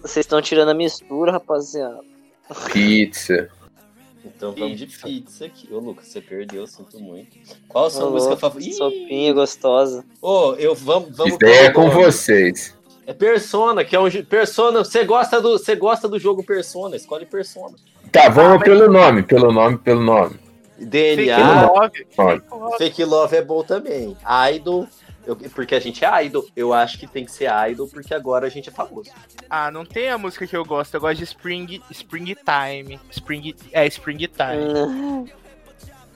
[SPEAKER 3] Vocês estão tirando a mistura, rapaziada.
[SPEAKER 5] Pizza.
[SPEAKER 2] Então vamos de pizza aqui. Ô, Lucas, você perdeu, sinto muito. Qual a sua
[SPEAKER 3] Ô,
[SPEAKER 2] música
[SPEAKER 3] louco,
[SPEAKER 2] favorita? Ih,
[SPEAKER 3] Sopinha gostosa.
[SPEAKER 2] Ô, eu vamos, vamos.
[SPEAKER 5] Isso daí é com
[SPEAKER 2] vamos-
[SPEAKER 5] vocês.
[SPEAKER 2] É Persona, que é um jo- Persona. Você gosta do, você gosta do jogo Persona? Escolhe Persona.
[SPEAKER 5] Tá, vamos pelo nome, pelo nome, pelo nome.
[SPEAKER 4] Fake
[SPEAKER 2] DNA,
[SPEAKER 4] love,
[SPEAKER 5] Olha.
[SPEAKER 4] fake love.
[SPEAKER 2] Fake Love é bom também. Idol, eu- porque a gente é idol. Eu acho que tem que ser idol porque agora a gente é famoso.
[SPEAKER 4] Ah, não tem a música que eu gosto. Eu gosto de Spring, Springtime. Spring, é, Springtime.
[SPEAKER 3] Hum.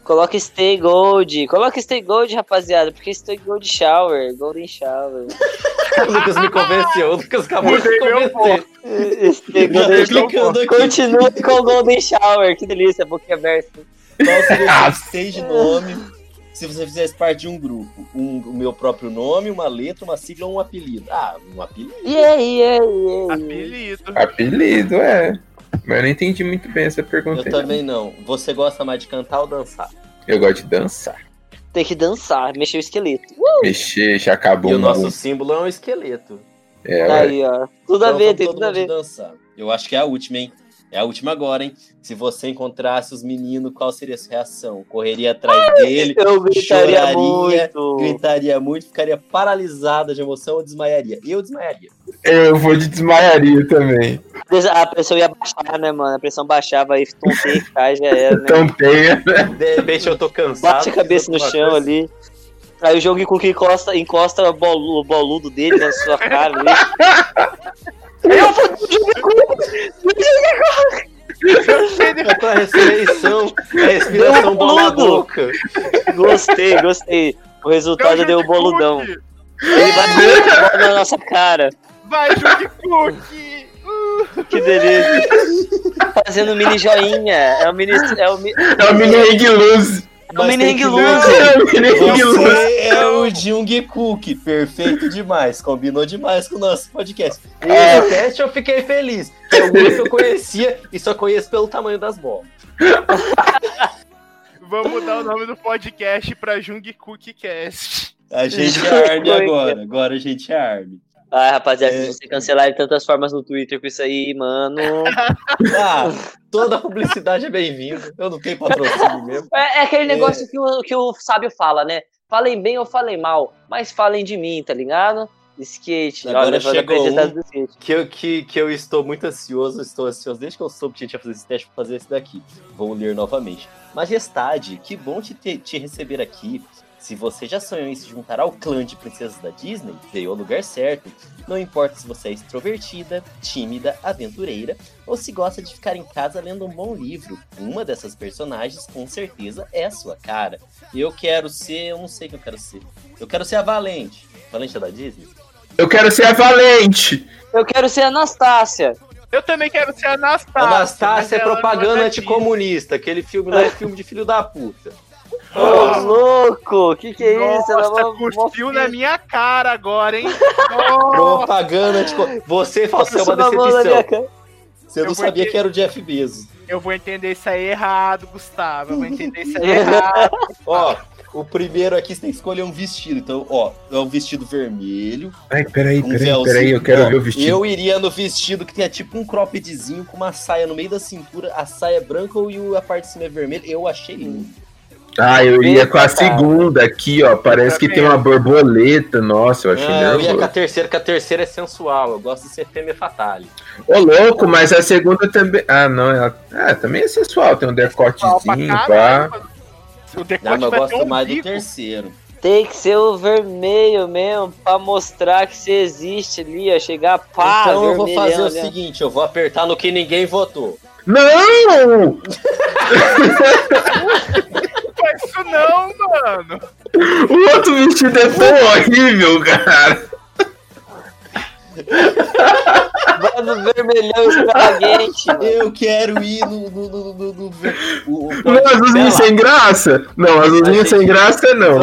[SPEAKER 3] Coloca Stay Gold. Coloca Stay Gold, rapaziada. Porque Stay Gold Shower. Golden Shower.
[SPEAKER 2] O Lucas me convenceu. O Lucas acabou de
[SPEAKER 4] Mudei
[SPEAKER 2] me
[SPEAKER 4] meu
[SPEAKER 2] convencer.
[SPEAKER 3] Stay
[SPEAKER 2] Já
[SPEAKER 3] Golden
[SPEAKER 2] tô
[SPEAKER 3] Shower.
[SPEAKER 2] clicando aqui.
[SPEAKER 3] Continue com o Golden Shower. Que delícia, boca aberta.
[SPEAKER 2] Qual seria o seu stage nome se você fizesse parte de um grupo? Um, o meu próprio nome, uma letra, uma sigla ou um apelido? Ah, um apelido.
[SPEAKER 3] Yeah, yeah, yeah.
[SPEAKER 4] Apelido.
[SPEAKER 5] Apelido, é. Mas eu não entendi muito bem essa pergunta.
[SPEAKER 2] Eu
[SPEAKER 5] aí.
[SPEAKER 2] também não. Você gosta mais de cantar ou dançar?
[SPEAKER 5] Eu gosto de dançar.
[SPEAKER 3] Tem que dançar, mexer o esqueleto.
[SPEAKER 5] Mexer, chacar a
[SPEAKER 2] e o
[SPEAKER 5] bunda.
[SPEAKER 2] nosso símbolo é um esqueleto.
[SPEAKER 5] É, ué.
[SPEAKER 3] Aí, ó. Tudo a
[SPEAKER 2] Então
[SPEAKER 3] ver,
[SPEAKER 2] vamos
[SPEAKER 3] tem
[SPEAKER 2] todo
[SPEAKER 3] tudo a
[SPEAKER 2] mundo
[SPEAKER 3] ver.
[SPEAKER 2] dançar. Eu acho que é a última, hein? É a última agora, hein? Se você encontrasse os meninos, qual seria a sua reação? Correria atrás dele,
[SPEAKER 3] Eu gritaria
[SPEAKER 2] choraria,
[SPEAKER 3] muito.
[SPEAKER 2] gritaria muito, ficaria paralisada de emoção ou desmaiaria? Eu desmaiaria.
[SPEAKER 5] Eu vou de desmaiaria também.
[SPEAKER 3] A pressão ia baixar, né, mano? A pressão baixava aí, tontei, cai, já era, né?
[SPEAKER 5] Tampeia.
[SPEAKER 2] De repente eu tô cansado.
[SPEAKER 3] Bate a cabeça no
[SPEAKER 2] fiz alguma
[SPEAKER 3] chão
[SPEAKER 2] coisa.
[SPEAKER 3] ali. Aí o jogo com que encosta, encosta o bolu- o boludo dele na sua cara ali. Eu vou
[SPEAKER 2] A tua respiração, é a respiração
[SPEAKER 3] Deu
[SPEAKER 2] bola na
[SPEAKER 3] tudo.
[SPEAKER 2] boca.
[SPEAKER 3] Gostei, gostei. O resultado deu o boludão.
[SPEAKER 4] Cook.
[SPEAKER 3] Ele vai botar a bola na nossa cara.
[SPEAKER 4] Vai, Judy Cook.
[SPEAKER 3] Que delícia. Fazendo mini joinha. É o mini. É o, mi-
[SPEAKER 5] É o mini hang loose.
[SPEAKER 3] é o mini
[SPEAKER 2] tem que
[SPEAKER 3] hang
[SPEAKER 2] ver-
[SPEAKER 3] loose.
[SPEAKER 5] É o mini hang loose.
[SPEAKER 2] Você é o Jung Cook, perfeito demais, combinou demais com o nosso podcast. Esse
[SPEAKER 5] É.
[SPEAKER 2] teste eu fiquei feliz. que É o único que eu conhecia e só conheço pelo tamanho das bolas.
[SPEAKER 4] Vamos mudar o nome do podcast pra Jung Cook Cast.
[SPEAKER 2] A gente é Army agora, agora a gente é Army.
[SPEAKER 3] Ai, rapaziada, vocês
[SPEAKER 2] É.
[SPEAKER 3] vão ser cancelados de tantas formas no Twitter com isso aí, mano.
[SPEAKER 2] Ah, toda publicidade é bem-vinda. Eu não tenho patrocínio mesmo.
[SPEAKER 3] É, é aquele
[SPEAKER 2] É.
[SPEAKER 3] negócio Que, o, que o sábio fala, né? Falem bem ou falem mal, mas falem de mim, tá ligado? Skate,
[SPEAKER 2] Agora
[SPEAKER 3] olha, levando a
[SPEAKER 2] chegou
[SPEAKER 3] acreditado
[SPEAKER 2] um.
[SPEAKER 3] do skate.
[SPEAKER 2] Que eu, que, que eu estou muito ansioso, estou ansioso desde que eu soube que a gente ia fazer esse teste, vou fazer esse daqui. Vou ler novamente. Majestade, que bom te, ter- te receber aqui. Se você já sonhou em se juntar ao clã de princesas da Disney, veio ao lugar certo. Não importa se você é extrovertida, tímida, aventureira ou se gosta de ficar em casa lendo um bom livro, uma dessas personagens com certeza é a sua cara. Eu quero ser, eu não sei o que eu quero ser. Eu quero ser a Valente. Valente é da Disney?
[SPEAKER 5] Eu quero ser a Valente.
[SPEAKER 3] Eu quero ser Anastácia.
[SPEAKER 4] Eu também quero ser Anastácia.
[SPEAKER 2] Anastácia é
[SPEAKER 4] mas ela não
[SPEAKER 2] propaganda
[SPEAKER 4] da
[SPEAKER 2] anticomunista. Aquele filme lá é filme de filho da puta.
[SPEAKER 3] Ô, louco, que que é isso? Ela é
[SPEAKER 4] Nossa,
[SPEAKER 3] uma-
[SPEAKER 4] cuspiu
[SPEAKER 2] né?
[SPEAKER 3] uma-
[SPEAKER 4] na minha cara agora, hein? Nossa,
[SPEAKER 2] Propaganda anticomunista. Você, Falcão, é
[SPEAKER 3] Passou
[SPEAKER 2] uma
[SPEAKER 3] na mão na minha
[SPEAKER 2] decepção.
[SPEAKER 3] cara.
[SPEAKER 2] Você não
[SPEAKER 4] Eu
[SPEAKER 2] sabia
[SPEAKER 4] porque-
[SPEAKER 2] que era o Jeff Bezos.
[SPEAKER 4] eu vou entender isso aí errado, Gustavo. Eu vou entender isso aí errado.
[SPEAKER 2] Ó, o primeiro aqui você tem que escolher um vestido. Então, ó, é um vestido vermelho.
[SPEAKER 5] Ai, peraí,
[SPEAKER 2] Um
[SPEAKER 5] peraí,
[SPEAKER 2] véuzinho.
[SPEAKER 5] peraí. Eu quero
[SPEAKER 2] Ó,
[SPEAKER 5] ver o vestido.
[SPEAKER 2] Eu iria no vestido que tem tipo um croppedzinho com uma saia no meio da cintura. A saia é branca e o- a parte de cima é vermelha. Eu achei lindo.
[SPEAKER 5] Ah, eu ia
[SPEAKER 3] Eita,
[SPEAKER 5] com a
[SPEAKER 3] cara.
[SPEAKER 5] segunda aqui, ó. Parece que tem uma borboleta. Nossa, eu achei
[SPEAKER 2] Ah, eu ia com a
[SPEAKER 5] nervoso.
[SPEAKER 2] terceira, que a terceira é sensual. Eu gosto de ser fêmea fatale.
[SPEAKER 5] Ô, louco, mas a segunda também. Ah, não, ela. Ah, também é sensual. Tem um
[SPEAKER 4] Pra
[SPEAKER 5] decotezinho, pá.
[SPEAKER 4] caralho, mano. O
[SPEAKER 2] Não, mas
[SPEAKER 4] decote
[SPEAKER 2] eu
[SPEAKER 4] vai ter
[SPEAKER 2] gosto
[SPEAKER 4] um
[SPEAKER 2] mais do
[SPEAKER 4] bico.
[SPEAKER 2] terceiro.
[SPEAKER 3] Tem que ser o vermelho mesmo, pra mostrar que você existe ali, ó. Chegar pá,
[SPEAKER 2] então eu vou
[SPEAKER 3] vermelhão né?
[SPEAKER 2] fazer o
[SPEAKER 3] ali, ó.
[SPEAKER 2] seguinte, eu vou apertar no que ninguém votou.
[SPEAKER 5] Não!
[SPEAKER 4] Vai isso não, mano.
[SPEAKER 5] O outro vestido é tão horrível, cara.
[SPEAKER 3] Mano, vermelhão extravagante.
[SPEAKER 2] Eu quero ir no. no, no, no, no- o- o-
[SPEAKER 5] Não,
[SPEAKER 2] sei lá.
[SPEAKER 5] azulzinho sem graça? Não, azulzinho sem graça não.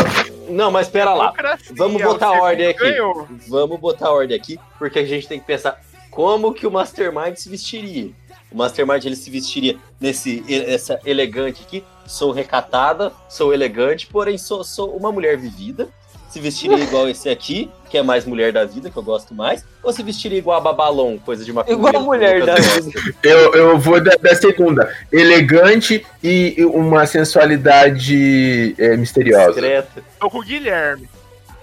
[SPEAKER 2] Não, mas pera lá.
[SPEAKER 4] Democracia,
[SPEAKER 2] Vamos botar
[SPEAKER 4] o segundo
[SPEAKER 2] ordem aqui.
[SPEAKER 4] ganhou.
[SPEAKER 2] Vamos botar ordem aqui, porque a gente tem que pensar como que o Mastermind se vestiria. O Mastermind ele se vestiria nesse essa elegante aqui. Sou recatada, sou elegante, porém sou, sou uma mulher vivida. Se vestiria igual esse aqui, que é mais mulher da vida, que eu gosto mais. Ou se vestiria igual a Babalon, coisa de macumbeiro.
[SPEAKER 3] Igual a mulher
[SPEAKER 2] que
[SPEAKER 3] da
[SPEAKER 2] eu gosto.
[SPEAKER 3] vida.
[SPEAKER 5] Eu, eu vou da, da segunda. Elegante e e uma sensualidade é, misteriosa.
[SPEAKER 2] Discreta.
[SPEAKER 4] Tô com o Guilherme.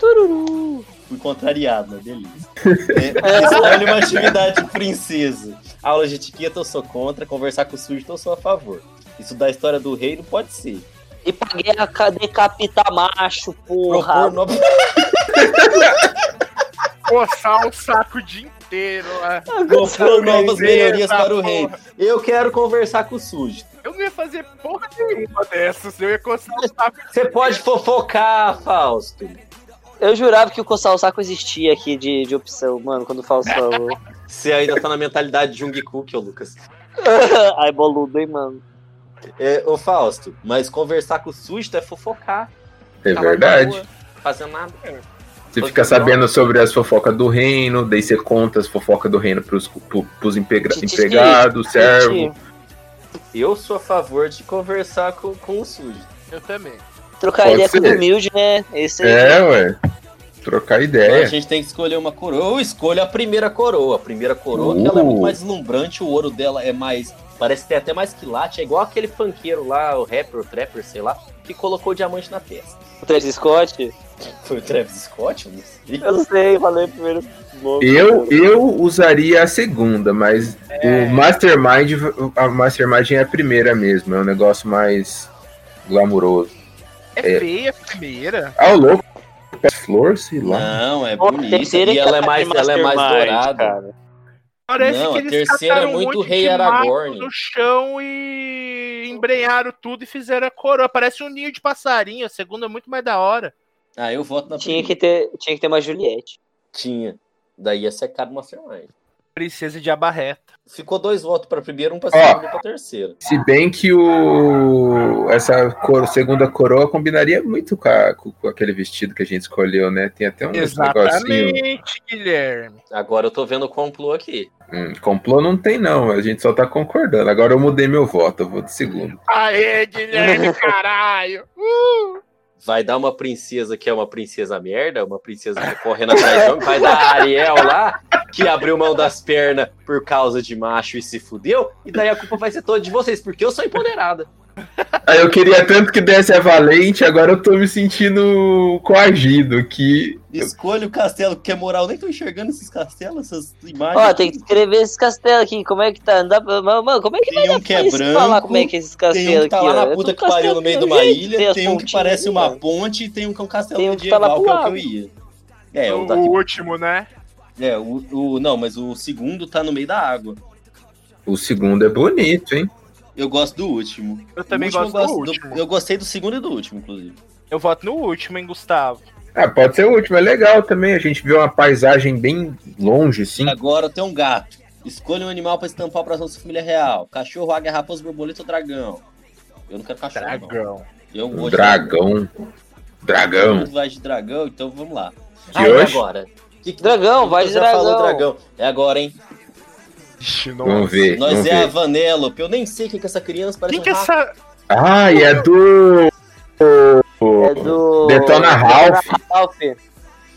[SPEAKER 3] Tururu.
[SPEAKER 2] Fui contrariado, mas beleza. É, escolhe uma atividade princesa. Aula de etiqueta eu sou contra, conversar com o sujeito eu sou a favor. Isso da história do rei não pode ser.
[SPEAKER 3] E pra guerra ca- decapitar macho,
[SPEAKER 2] Propor
[SPEAKER 3] porra.
[SPEAKER 2] nova...
[SPEAKER 4] Coçar o saco o dia inteiro né? lá.
[SPEAKER 2] propor novas
[SPEAKER 4] Aprender
[SPEAKER 2] melhorias
[SPEAKER 4] essa
[SPEAKER 2] para o
[SPEAKER 4] porra.
[SPEAKER 2] rei. Eu quero conversar com o sujeito.
[SPEAKER 4] Eu não ia fazer porra nenhuma dessas. Eu ia coçar o saco.
[SPEAKER 2] Você pode fofocar, Fausto.
[SPEAKER 3] Eu jurava que o coçar o saco existia aqui de, de opção, mano, quando o Faustão.
[SPEAKER 2] Você ainda tá na mentalidade de Jung Cook, ô Lucas.
[SPEAKER 3] Ai, boludo, hein, mano.
[SPEAKER 2] É, ô Fausto, mas conversar com o sujeito é fofocar.
[SPEAKER 5] É
[SPEAKER 2] Tá lá na
[SPEAKER 5] verdade.
[SPEAKER 2] rua, Fazendo nada.
[SPEAKER 5] Você fica sabendo sobre as fofocas do reino, daí você conta as fofocas do reino pros, pro- pros empregra-
[SPEAKER 3] Titi.
[SPEAKER 5] empregados, servo.
[SPEAKER 3] Gente,
[SPEAKER 2] Eu sou a favor de conversar com, com o sujeito.
[SPEAKER 4] Eu também.
[SPEAKER 3] trocar
[SPEAKER 5] Pode
[SPEAKER 3] ideia com
[SPEAKER 5] ser.
[SPEAKER 3] o humilde, né? Esse aí.
[SPEAKER 5] É, ué. Trocar
[SPEAKER 2] Então a
[SPEAKER 5] ideia.
[SPEAKER 2] gente tem que escolher uma coroa. Eu escolho a primeira coroa. A primeira coroa, que ela é muito
[SPEAKER 5] Uh.
[SPEAKER 2] mais deslumbrante, o ouro dela é mais. Parece que tem até mais quilate. É igual aquele funkeiro lá, o rapper, o trapper, sei lá, que colocou o diamante na testa.
[SPEAKER 3] O Travis Scott.
[SPEAKER 2] Foi o Travis Scott? Eu não sei.
[SPEAKER 3] Eu não sei, falei primeiro. Bom,
[SPEAKER 5] Eu, eu usaria a segunda, mas o Mastermind, a Mastermind é a primeira mesmo. É um negócio mais glamuroso.
[SPEAKER 4] É,
[SPEAKER 5] É.
[SPEAKER 4] feia a primeira.
[SPEAKER 5] Ah, o louco. Flor, sei lá.
[SPEAKER 2] Não, é
[SPEAKER 3] Pô, a
[SPEAKER 2] bonita.
[SPEAKER 3] terceira
[SPEAKER 2] E
[SPEAKER 3] é
[SPEAKER 2] ela é
[SPEAKER 3] cara
[SPEAKER 2] mais,
[SPEAKER 3] de
[SPEAKER 2] ela é mais
[SPEAKER 3] Mastermind,
[SPEAKER 2] dourada.
[SPEAKER 3] cara.
[SPEAKER 4] Parece
[SPEAKER 2] Não,
[SPEAKER 4] que
[SPEAKER 2] a
[SPEAKER 4] eles
[SPEAKER 2] terceira é
[SPEAKER 4] cataram
[SPEAKER 2] muito
[SPEAKER 4] um monte
[SPEAKER 2] Rei
[SPEAKER 4] de
[SPEAKER 2] Aragorn.
[SPEAKER 4] mato no chão e embrenharam tudo e fizeram a coroa. Parece um ninho de passarinho. A segunda é muito mais da hora.
[SPEAKER 2] Ah, eu voto na
[SPEAKER 3] Tinha
[SPEAKER 2] primeira.
[SPEAKER 3] que, ter, tinha que ter uma Juliette.
[SPEAKER 2] Tinha. Daí ia secar o Mastermind.
[SPEAKER 4] Princesa de Abarreta.
[SPEAKER 2] Ficou dois votos pra primeira, um pra segunda e um pra terceira.
[SPEAKER 5] Se bem que o essa cor- segunda coroa combinaria muito com, a- com- com aquele vestido que a gente escolheu, né? Tem até um negocinho.
[SPEAKER 4] Exatamente, Guilherme.
[SPEAKER 2] Agora eu tô vendo o complô aqui.
[SPEAKER 5] Hum, complô não tem, não. A gente só tá concordando. Agora eu mudei meu voto, eu vou de segundo.
[SPEAKER 4] Aê, Guilherme, caralho. Uh!
[SPEAKER 2] Vai dar uma princesa que é uma princesa merda, uma princesa que correndo atrás de homem, vai dar a Ariel lá, que abriu mão das pernas por causa de macho e se fudeu, e daí a culpa vai ser toda de vocês, porque eu sou empoderada.
[SPEAKER 5] Aí Ah, eu queria tanto que desse a valente, agora eu tô me sentindo coagido que
[SPEAKER 2] Escolha o castelo, que é moral, nem tô enxergando esses castelos, essas imagens.
[SPEAKER 3] Ó, tem que escrever esses castelos aqui. Como é que tá? Não dá pra... Mano, mano, como é que
[SPEAKER 2] Tem um
[SPEAKER 3] pra isso falar como é que é esses castelos
[SPEAKER 2] Tem um que tá
[SPEAKER 3] aqui,
[SPEAKER 2] lá
[SPEAKER 3] ó?
[SPEAKER 2] na
[SPEAKER 3] É
[SPEAKER 2] puta
[SPEAKER 3] tudo
[SPEAKER 2] que pariu no
[SPEAKER 3] castelo
[SPEAKER 2] meio de
[SPEAKER 3] do
[SPEAKER 2] uma
[SPEAKER 3] jeito, tem
[SPEAKER 2] ilha,
[SPEAKER 3] as
[SPEAKER 2] tem um que
[SPEAKER 3] pontinhas,
[SPEAKER 2] parece uma
[SPEAKER 3] né?
[SPEAKER 2] ponte e tem um que é um castelo
[SPEAKER 3] Tem um que tá lá
[SPEAKER 2] medieval, que é o que
[SPEAKER 3] pro Então tá
[SPEAKER 2] eu ia. É,
[SPEAKER 4] o
[SPEAKER 2] o daqui.
[SPEAKER 4] último, né?
[SPEAKER 2] É, o, o- não, mas o segundo tá no meio da água.
[SPEAKER 5] o segundo é bonito, hein?
[SPEAKER 2] Eu gosto do último.
[SPEAKER 4] Eu também
[SPEAKER 2] O último
[SPEAKER 4] gosto do
[SPEAKER 2] eu gosto
[SPEAKER 4] último.
[SPEAKER 2] Eu gostei do segundo e do último, inclusive.
[SPEAKER 4] Eu voto no último, hein, Gustavo?
[SPEAKER 5] Ah, pode ser o último, é legal também. A gente vê uma paisagem bem longe, assim.
[SPEAKER 2] Agora tem um gato. Escolha um animal pra estampar o coração da sua família real. Cachorro, águia, raposa, borboleta ou dragão? Eu não quero cachorro, não. Eu
[SPEAKER 5] Um
[SPEAKER 2] gosto
[SPEAKER 5] dragão.
[SPEAKER 2] de dragão. Todo
[SPEAKER 5] Dragão.
[SPEAKER 2] mundo vai de dragão, então vamos lá.
[SPEAKER 5] Que hoje?
[SPEAKER 2] agora? Que que-
[SPEAKER 3] Dragão, vai
[SPEAKER 2] Você
[SPEAKER 3] de
[SPEAKER 2] já falou
[SPEAKER 3] dragão.
[SPEAKER 2] dragão. É agora, hein?
[SPEAKER 4] Ixi,
[SPEAKER 5] Vamos ver.
[SPEAKER 2] Nós
[SPEAKER 5] Vamos
[SPEAKER 2] é a
[SPEAKER 5] ver.
[SPEAKER 2] Vanellope. Eu nem sei o que que é essa criança parece
[SPEAKER 4] Quem que é
[SPEAKER 2] um rato.
[SPEAKER 4] essa.
[SPEAKER 5] Ah, e é do.
[SPEAKER 3] É do...
[SPEAKER 5] Detona Ralph.
[SPEAKER 3] Ralph.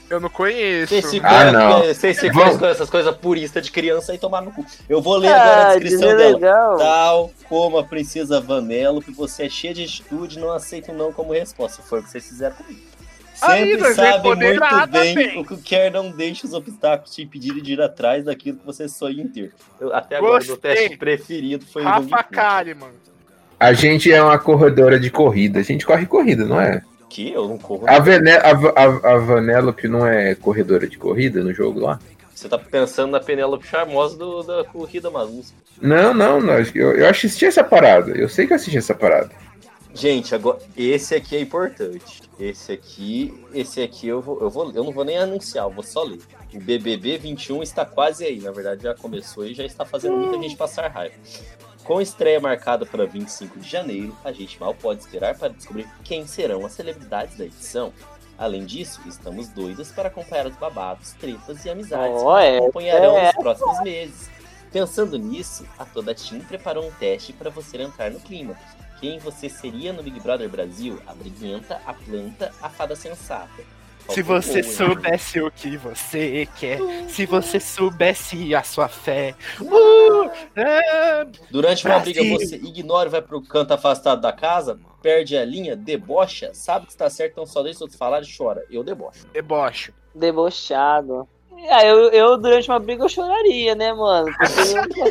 [SPEAKER 4] Eu não conheço.
[SPEAKER 2] Vocês ficam-
[SPEAKER 5] Ah, não.
[SPEAKER 2] Vocês ficam
[SPEAKER 5] Vamos.
[SPEAKER 2] com essas coisas puristas de criança e tomar no cu. Eu vou ler agora a
[SPEAKER 3] Ah,
[SPEAKER 2] descrição
[SPEAKER 3] descrição
[SPEAKER 2] dela. Tá,
[SPEAKER 3] legal.
[SPEAKER 2] Tal como a princesa Vanellope, você é cheia de atitude e não aceita um não como resposta. Foi o que vocês fizeram comigo.
[SPEAKER 4] Aí,
[SPEAKER 2] Sempre
[SPEAKER 4] nós
[SPEAKER 2] sabe
[SPEAKER 4] respondemos
[SPEAKER 2] muito
[SPEAKER 4] nada,
[SPEAKER 2] bem,
[SPEAKER 4] bem.
[SPEAKER 2] o que quer, não deixe os obstáculos te impedirem de ir atrás daquilo que você sonha em ter. Eu- até agora, meu
[SPEAKER 4] Gostei.
[SPEAKER 2] teste preferido foi o Jung
[SPEAKER 4] Rafa
[SPEAKER 2] Fu.
[SPEAKER 4] Kalimann.
[SPEAKER 5] A gente é uma corredora de corrida. A gente corre corrida, não é?
[SPEAKER 2] Que eu não corro.
[SPEAKER 5] A, Vene a, Va- a, a Vanellope não é corredora de corrida no jogo lá?
[SPEAKER 2] Você tá pensando na Penélope Charmosa do- da corrida maluca.
[SPEAKER 5] Não, não, não. Eu, eu assisti essa parada. Eu sei que eu assisti essa parada.
[SPEAKER 2] Gente, agora esse aqui é importante. Esse aqui, esse aqui eu vou, eu vou, eu não vou nem anunciar, eu vou só ler. O BBB 21 está quase aí, na verdade já começou e já está fazendo
[SPEAKER 3] Hum.
[SPEAKER 2] muita gente passar raiva. Com estreia marcada para 25 de janeiro, a gente mal pode esperar para descobrir quem serão as celebridades da edição. Além disso, estamos doidas para acompanhar os babados, tretas e amizades
[SPEAKER 3] Ó, é.
[SPEAKER 2] acompanharão
[SPEAKER 3] É.
[SPEAKER 2] nos próximos meses. Pensando nisso, a Toda Team preparou um teste para você entrar no clima. Quem você seria no Big Brother Brasil? A briguenta, a planta, a fada sensata.
[SPEAKER 4] Se
[SPEAKER 2] Faltou
[SPEAKER 4] você
[SPEAKER 2] um, hein?
[SPEAKER 4] soubesse o que você quer, se você soubesse a sua fé. Uh, ah,
[SPEAKER 2] Durante uma
[SPEAKER 4] Brasil!
[SPEAKER 2] briga, você ignora e vai pro canto afastado da casa, perde a linha, debocha, sabe que está certo, então só deixa os outros falar e chora. Eu debocho.
[SPEAKER 4] debocho.
[SPEAKER 3] Debochado. Ah, eu, eu, durante uma briga, eu choraria, né, mano? Porque eu-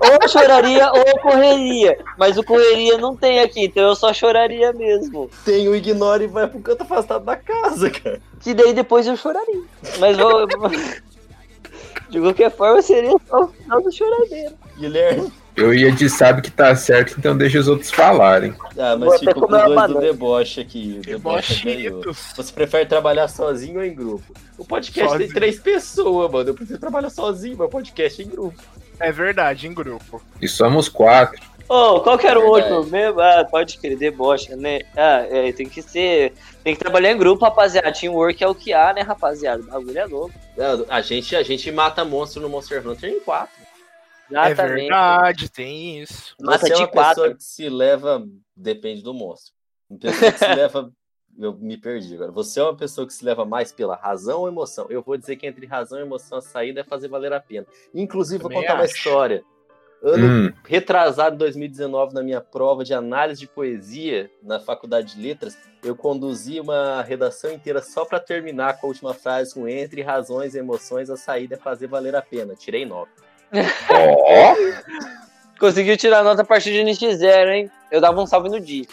[SPEAKER 3] ou eu choraria ou eu correria. Mas o correria não tem aqui, então eu só choraria mesmo.
[SPEAKER 2] Tem o ignora e vai pro canto afastado da casa, cara.
[SPEAKER 3] Que daí depois eu choraria. Mas vou. De qualquer forma, seria só o final do choradeiro.
[SPEAKER 2] Guilherme.
[SPEAKER 5] Eu ia de sabe que tá certo, então deixa os outros falarem.
[SPEAKER 2] Ah,
[SPEAKER 3] Vou
[SPEAKER 2] mas
[SPEAKER 3] até
[SPEAKER 2] ficou com
[SPEAKER 3] comer uma
[SPEAKER 2] dois do
[SPEAKER 3] banana.
[SPEAKER 2] deboche aqui. O
[SPEAKER 4] é
[SPEAKER 2] deboche é ganhou.
[SPEAKER 4] Debochitos.
[SPEAKER 2] Você prefere trabalhar sozinho ou em grupo? O podcast
[SPEAKER 4] Sozinho.
[SPEAKER 2] tem três pessoas, mano. Eu prefiro trabalhar sozinho, mas podcast é em grupo.
[SPEAKER 4] É verdade, em grupo.
[SPEAKER 5] E somos quatro.
[SPEAKER 3] Ô, qual que era o
[SPEAKER 2] Verdade.
[SPEAKER 3] outro mesmo? Ah, pode crer, debocha, né? Ah, é, tem que ser. Tem que trabalhar em grupo, rapaziada. Teamwork é o que há, né, rapaziada? O bagulho é louco.
[SPEAKER 2] É, A gente, a gente mata monstro no Monster Hunter em quatro.
[SPEAKER 4] É
[SPEAKER 3] Exatamente.
[SPEAKER 4] verdade, tem isso.
[SPEAKER 3] Mata
[SPEAKER 2] Você é
[SPEAKER 3] de
[SPEAKER 2] uma pessoa
[SPEAKER 3] quatro.
[SPEAKER 2] que se leva. Depende do monstro. Uma pessoa que se leva. Eu me perdi agora. Você é uma pessoa que se leva mais pela razão ou emoção? Eu vou dizer que entre razão e emoção a saída é fazer valer a pena. Inclusive, vou
[SPEAKER 4] Também
[SPEAKER 2] contar uma
[SPEAKER 4] acho.
[SPEAKER 2] história. Ano
[SPEAKER 5] Hum,
[SPEAKER 2] retrasado em 2019 na minha prova de análise de poesia na faculdade de letras, eu conduzi uma redação inteira só para terminar com a última frase com entre razões e emoções a saída é fazer valer a pena. Tirei nove.
[SPEAKER 5] ó,
[SPEAKER 3] Conseguiu tirar nota a partir de NX0, hein? Eu dava um salve no dia.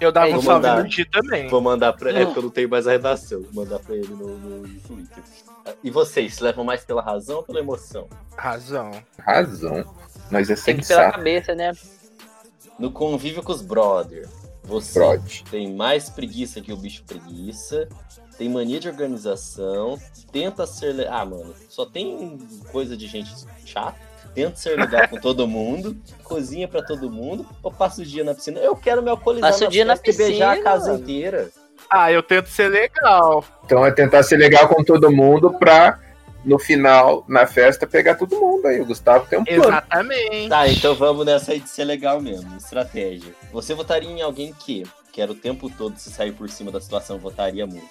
[SPEAKER 4] Eu dava
[SPEAKER 3] É,
[SPEAKER 4] um
[SPEAKER 2] vou
[SPEAKER 4] salve
[SPEAKER 2] mandar.
[SPEAKER 4] no Di também.
[SPEAKER 2] Vou mandar para é porque eu não tenho mais a redação, vou mandar para ele no, no Twitter. E vocês, se levam mais pela razão ou pela emoção?
[SPEAKER 4] Razão.
[SPEAKER 5] razão. Nós é
[SPEAKER 3] Tem que pela
[SPEAKER 5] sensato,
[SPEAKER 3] cabeça, né?
[SPEAKER 2] No convívio com os brother, você
[SPEAKER 5] brode.
[SPEAKER 2] tem mais preguiça que o bicho preguiça, tem mania de organização, tenta ser. le- Ah, mano, só tem coisa de gente chata. Tenta ser legal com todo mundo, cozinha pra todo mundo, ou passa o dia na piscina. Eu quero me alcoolizar
[SPEAKER 3] Passa o
[SPEAKER 2] nas
[SPEAKER 3] dia na
[SPEAKER 2] festas e beijar a
[SPEAKER 3] piscina,
[SPEAKER 2] casa
[SPEAKER 3] mano.
[SPEAKER 2] inteira.
[SPEAKER 4] Ah, eu tento ser legal.
[SPEAKER 5] Então é tentar ser legal com todo mundo pra, no final, na festa, pegar todo mundo aí. O Gustavo tem um plano.
[SPEAKER 4] Exatamente.
[SPEAKER 2] Tá, então vamos nessa aí de ser legal mesmo. Estratégia. Você votaria em alguém que quer o tempo todo se sair por cima da situação, votaria muito.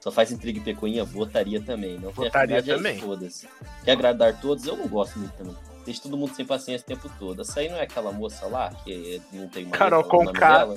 [SPEAKER 2] Só faz intriga e pecuinha, votaria também. Não tem
[SPEAKER 4] Votaria
[SPEAKER 2] afinidade, aí
[SPEAKER 4] também.
[SPEAKER 2] Foda-se. Quer agradar todos? Eu não gosto muito também. Deixa todo mundo sem paciência o tempo todo. Essa aí não é aquela moça lá que não tem mais
[SPEAKER 4] Carol Conká.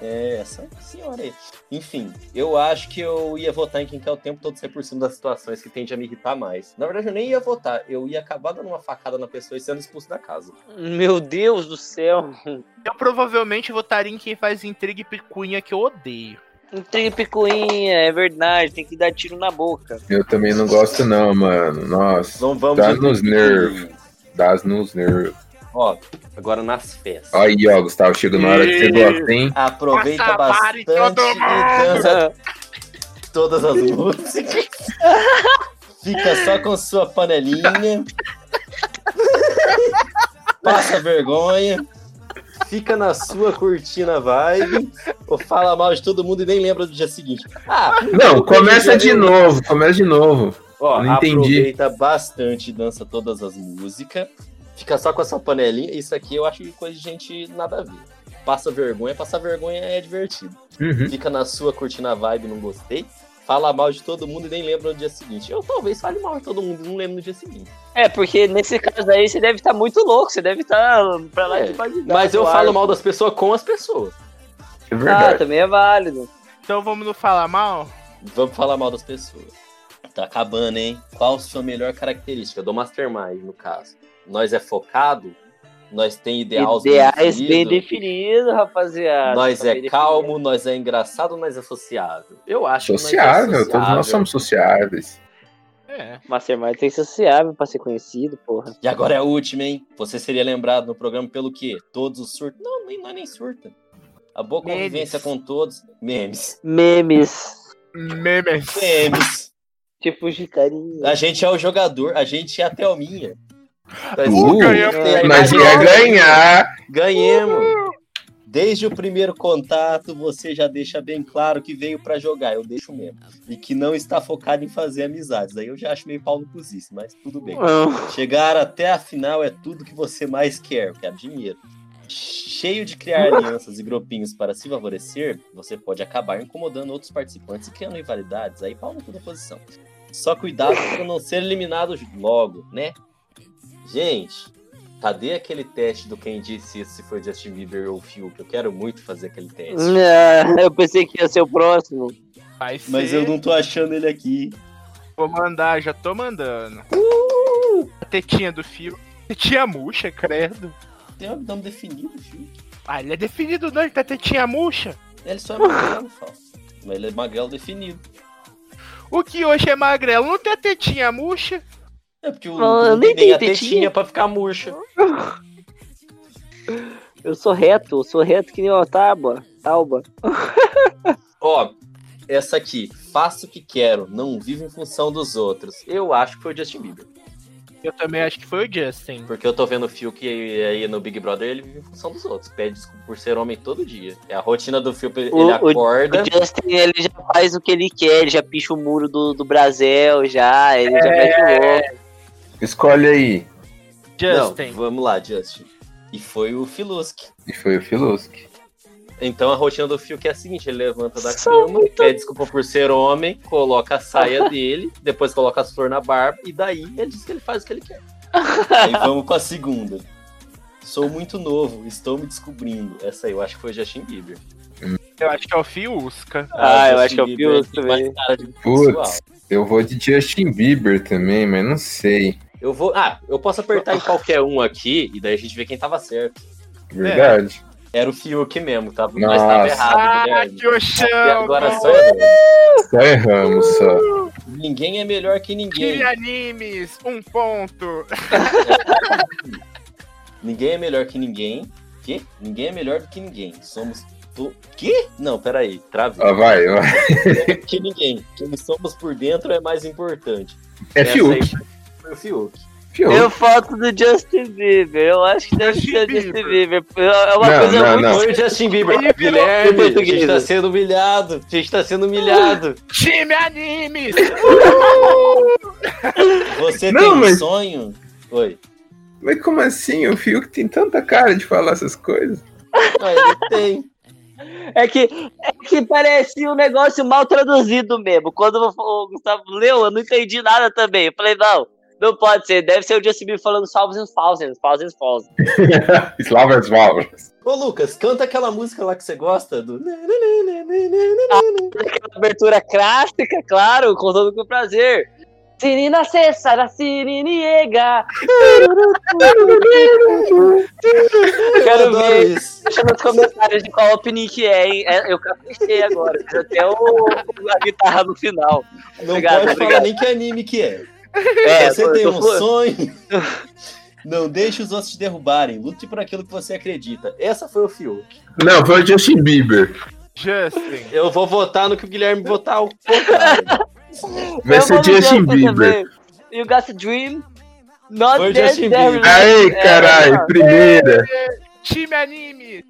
[SPEAKER 2] É, essa senhora aí. Enfim, eu acho que eu ia votar em quem quer o tempo todo sair por cima das situações que tende a me irritar mais. Na verdade, eu nem ia votar. Eu ia acabar dando uma facada na pessoa e sendo expulso da casa.
[SPEAKER 3] Meu Deus do céu.
[SPEAKER 4] Eu provavelmente votaria em quem faz intriga e picunha que eu odeio.
[SPEAKER 3] Intriga e picuinha, Um é verdade. Tem que dar tiro na boca.
[SPEAKER 5] Eu também não gosto, não, mano. Nossa,
[SPEAKER 2] Não vamos.
[SPEAKER 5] Tá nos nervos. das nos nervos.
[SPEAKER 2] Ó, agora nas festas.
[SPEAKER 5] Aí, ó, Gustavo, chega na hora que você gosta, hein?
[SPEAKER 2] Aproveita
[SPEAKER 4] Passa a vara
[SPEAKER 2] bastante
[SPEAKER 4] em todo
[SPEAKER 2] e dança todas as músicas. Fica só com sua panelinha. Passa vergonha. Fica na sua cortina vibe. Ou fala mal de todo mundo e nem lembra do dia seguinte. Ah,
[SPEAKER 5] Não, começa de
[SPEAKER 2] Eu-
[SPEAKER 5] novo, começa de novo.
[SPEAKER 2] Ó,
[SPEAKER 5] Não entendi.
[SPEAKER 2] aproveita bastante, e dança todas as músicas, fica só com a sua panelinha. Isso aqui eu acho que coisa de gente nada a ver. Passa vergonha, passar vergonha é divertido.
[SPEAKER 5] Uhum.
[SPEAKER 2] Fica na sua curtindo a vibe, não gostei. Fala mal de todo mundo e nem lembra no dia seguinte. Eu talvez fale mal de todo mundo e não lembro no dia seguinte.
[SPEAKER 3] É, porque nesse caso aí você deve estar muito louco. Você deve estar pra lá
[SPEAKER 2] É,
[SPEAKER 3] de baixo.
[SPEAKER 2] Mas eu falo mal das pessoas com as pessoas.
[SPEAKER 5] É
[SPEAKER 3] Ah,
[SPEAKER 5] verdade.
[SPEAKER 3] também é válido.
[SPEAKER 4] Então vamos não falar mal?
[SPEAKER 2] Vamos falar mal das pessoas. Tá acabando, hein? Qual a sua melhor característica? Do Mastermind, no caso. Nós é focado, nós tem ideais,
[SPEAKER 3] Ideais bem
[SPEAKER 2] definidos.
[SPEAKER 3] definidos, rapaziada.
[SPEAKER 2] Nós
[SPEAKER 3] Tá bem
[SPEAKER 2] é
[SPEAKER 3] definido.
[SPEAKER 2] calmo, nós é engraçado, nós é sociável. Eu acho que nós é
[SPEAKER 5] Sociável, todos
[SPEAKER 2] sociável.
[SPEAKER 5] nós somos sociáveis.
[SPEAKER 4] É.
[SPEAKER 3] Mastermind tem que ser sociável pra ser conhecido, porra.
[SPEAKER 2] E agora é a última, hein? Você seria lembrado no programa pelo quê? Todos os surtos. Não, nem, nós nem é surta. A boa convivência
[SPEAKER 4] Memes.
[SPEAKER 2] com todos. Memes.
[SPEAKER 3] Memes.
[SPEAKER 4] Memes.
[SPEAKER 2] Memes.
[SPEAKER 3] Tipo de carinha.
[SPEAKER 2] A gente é o jogador, a gente é a Thelminha. Mas,
[SPEAKER 5] Uh,
[SPEAKER 4] ganhamos.
[SPEAKER 2] tem a
[SPEAKER 5] Nós
[SPEAKER 2] imagem-
[SPEAKER 5] ia é ganhar.
[SPEAKER 2] Ganhemos. Desde o primeiro contato, você já deixa bem claro que veio pra jogar, eu deixo mesmo. E que não está focado em fazer amizades. Aí eu já acho meio pau no cozice, mas tudo bem.
[SPEAKER 3] Ah,
[SPEAKER 2] Chegar até a final é tudo que você mais quer, que admiro. Cheio de criar alianças e grupinhos para se favorecer, você pode acabar incomodando outros participantes e criando rivalidades. Aí pau no cu da posição. Só cuidado para não ser eliminado logo, né? Gente, cadê aquele teste do quem disse isso, se foi Justin Bieber ou Phil? Eu quero muito fazer aquele teste.
[SPEAKER 3] ah, eu pensei que ia ser o próximo.
[SPEAKER 4] Vai ser.
[SPEAKER 2] Mas eu não tô achando ele aqui.
[SPEAKER 4] Vou mandar, já tô mandando. A tetinha do fio. Tetinha murcha, credo.
[SPEAKER 2] Tem um abdômen definido, Phil.
[SPEAKER 4] Ah, ele é definido não, ele tá tetinha murcha.
[SPEAKER 2] Ele só é magrelo, Fal. Mas ele é magrelo definido.
[SPEAKER 4] O que hoje é magrelo não tem a tetinha murcha.
[SPEAKER 2] É porque o
[SPEAKER 3] Ah, eu
[SPEAKER 2] Luke
[SPEAKER 3] nem
[SPEAKER 2] tem
[SPEAKER 3] tenho
[SPEAKER 2] a
[SPEAKER 3] tetinha.
[SPEAKER 2] tetinha pra ficar murcha.
[SPEAKER 3] Eu sou reto, eu sou reto que nem uma tábua. Tábua.
[SPEAKER 2] Ó, essa aqui. Faço o que quero, não vivo em função dos outros. Eu acho que foi o Justin Bieber.
[SPEAKER 4] Eu também acho que foi o Justin.
[SPEAKER 2] Porque eu tô vendo o Phil que aí no Big Brother ele vive em função dos outros. Pede desculpa por ser homem todo dia. É a rotina do Phil, ele
[SPEAKER 3] O- o-
[SPEAKER 2] acorda.
[SPEAKER 3] O Justin, ele já faz o que ele quer, ele já picha o muro do, do Brasil, já, ele já mete o louco.
[SPEAKER 5] Escolhe aí.
[SPEAKER 4] Justin.
[SPEAKER 2] Não, vamos lá, Justin. E foi o Filuski.
[SPEAKER 5] E foi o Filuski.
[SPEAKER 2] Então a rotina do Phil que é a seguinte, ele levanta da
[SPEAKER 3] Só
[SPEAKER 2] cama, pede desculpa por ser homem, coloca a saia dele, depois coloca as flores na barba, e daí ele diz que ele faz o que ele quer. Aí vamos pra segunda. Sou muito novo, estou me descobrindo. Essa aí eu acho que foi o Justin Bieber.
[SPEAKER 4] Eu acho que é o Fio Usca.
[SPEAKER 3] Ah, eu
[SPEAKER 2] Justin
[SPEAKER 3] acho que é o
[SPEAKER 2] Bieber
[SPEAKER 3] Phil
[SPEAKER 2] tem
[SPEAKER 3] também.
[SPEAKER 2] mais tá. cara de pessoal.
[SPEAKER 5] Putz, eu vou de Justin Bieber também, mas não sei.
[SPEAKER 2] Eu vou. Ah, eu posso apertar em qualquer um aqui, e daí a gente vê quem tava certo.
[SPEAKER 3] É.
[SPEAKER 5] Verdade.
[SPEAKER 2] Era o Fiuk mesmo, tá? Mas tava
[SPEAKER 5] Nossa.
[SPEAKER 2] errado,
[SPEAKER 4] Ah,
[SPEAKER 2] Guilherme.
[SPEAKER 4] que
[SPEAKER 2] E
[SPEAKER 4] oxão!
[SPEAKER 2] agora
[SPEAKER 4] não.
[SPEAKER 2] só errou.
[SPEAKER 5] Só erramos, só.
[SPEAKER 2] Ninguém é melhor que ninguém.
[SPEAKER 4] Que animes, um ponto.
[SPEAKER 2] Ninguém é melhor que ninguém. Quê? Ninguém é melhor do que ninguém. Somos. To... Quê? Não, peraí. Travei.
[SPEAKER 5] Ó, Ah, vai, vai.
[SPEAKER 2] que ninguém. Quem somos por dentro é mais importante.
[SPEAKER 5] É
[SPEAKER 2] Essa
[SPEAKER 5] Fiuk.
[SPEAKER 2] aí Foi o Fiuk.
[SPEAKER 5] Fiuk.
[SPEAKER 3] Eu falto do Justin Bieber, eu acho que deve
[SPEAKER 4] Justin
[SPEAKER 3] ser o Justin
[SPEAKER 4] Bieber.
[SPEAKER 3] Bieber. É uma
[SPEAKER 5] Não,
[SPEAKER 3] coisa
[SPEAKER 5] não,
[SPEAKER 3] muito...
[SPEAKER 5] não.
[SPEAKER 2] Foi o Justin assim, Bieber.
[SPEAKER 4] Ele virou
[SPEAKER 2] Guilherme, a gente
[SPEAKER 3] português.
[SPEAKER 2] tá sendo humilhado. A gente tá sendo humilhado.
[SPEAKER 4] Time animes!
[SPEAKER 2] Você
[SPEAKER 5] Não,
[SPEAKER 2] tem um
[SPEAKER 5] mas-
[SPEAKER 2] sonho? Oi.
[SPEAKER 5] Mas como assim? O Fiuk tem tanta cara de falar essas coisas.
[SPEAKER 2] Não, ele tem.
[SPEAKER 3] É que, é que parece um negócio mal traduzido mesmo. Quando o o Gustavo leu, eu não entendi nada também. Eu falei, não, não pode ser. Deve ser o Justin Bieber falando thousands, thousands, thousands, thousands.
[SPEAKER 5] Slavas Valvas.
[SPEAKER 2] Ô, Lucas, canta aquela música lá que você gosta do.
[SPEAKER 3] Aquela abertura clássica, claro, contando com prazer. Sirina Cessara, Siriniega.
[SPEAKER 2] Eu
[SPEAKER 3] Quero
[SPEAKER 2] adoro
[SPEAKER 3] ver.
[SPEAKER 2] isso.
[SPEAKER 3] Deixa nos comentários de qual opinião que é, hein? É, Eu caprichei agora. Fiz até o, a guitarra no final.
[SPEAKER 2] Não
[SPEAKER 3] Obrigado,
[SPEAKER 2] pode falar
[SPEAKER 3] obrigado.
[SPEAKER 2] nem que anime que é.
[SPEAKER 3] É,
[SPEAKER 2] você
[SPEAKER 3] eu
[SPEAKER 2] tem
[SPEAKER 3] tô
[SPEAKER 2] um
[SPEAKER 3] falando.
[SPEAKER 2] sonho. Não deixe os outros te derrubarem. Lute por aquilo que você acredita. Essa foi o Fiuk.
[SPEAKER 5] Não, foi o Justin Bieber.
[SPEAKER 4] Justin.
[SPEAKER 2] Eu vou votar no que o Guilherme votar ao contrário.
[SPEAKER 5] Vai
[SPEAKER 3] Eu
[SPEAKER 5] ser
[SPEAKER 3] vou no
[SPEAKER 5] Justin
[SPEAKER 3] Justin
[SPEAKER 5] Bieber.
[SPEAKER 3] também. You got a dream. Not
[SPEAKER 2] Foi o
[SPEAKER 3] dead,
[SPEAKER 2] Justin
[SPEAKER 3] there
[SPEAKER 2] Bieber.
[SPEAKER 3] is-
[SPEAKER 5] Aê,
[SPEAKER 3] É,
[SPEAKER 5] caralho, primeira.
[SPEAKER 4] Time anime!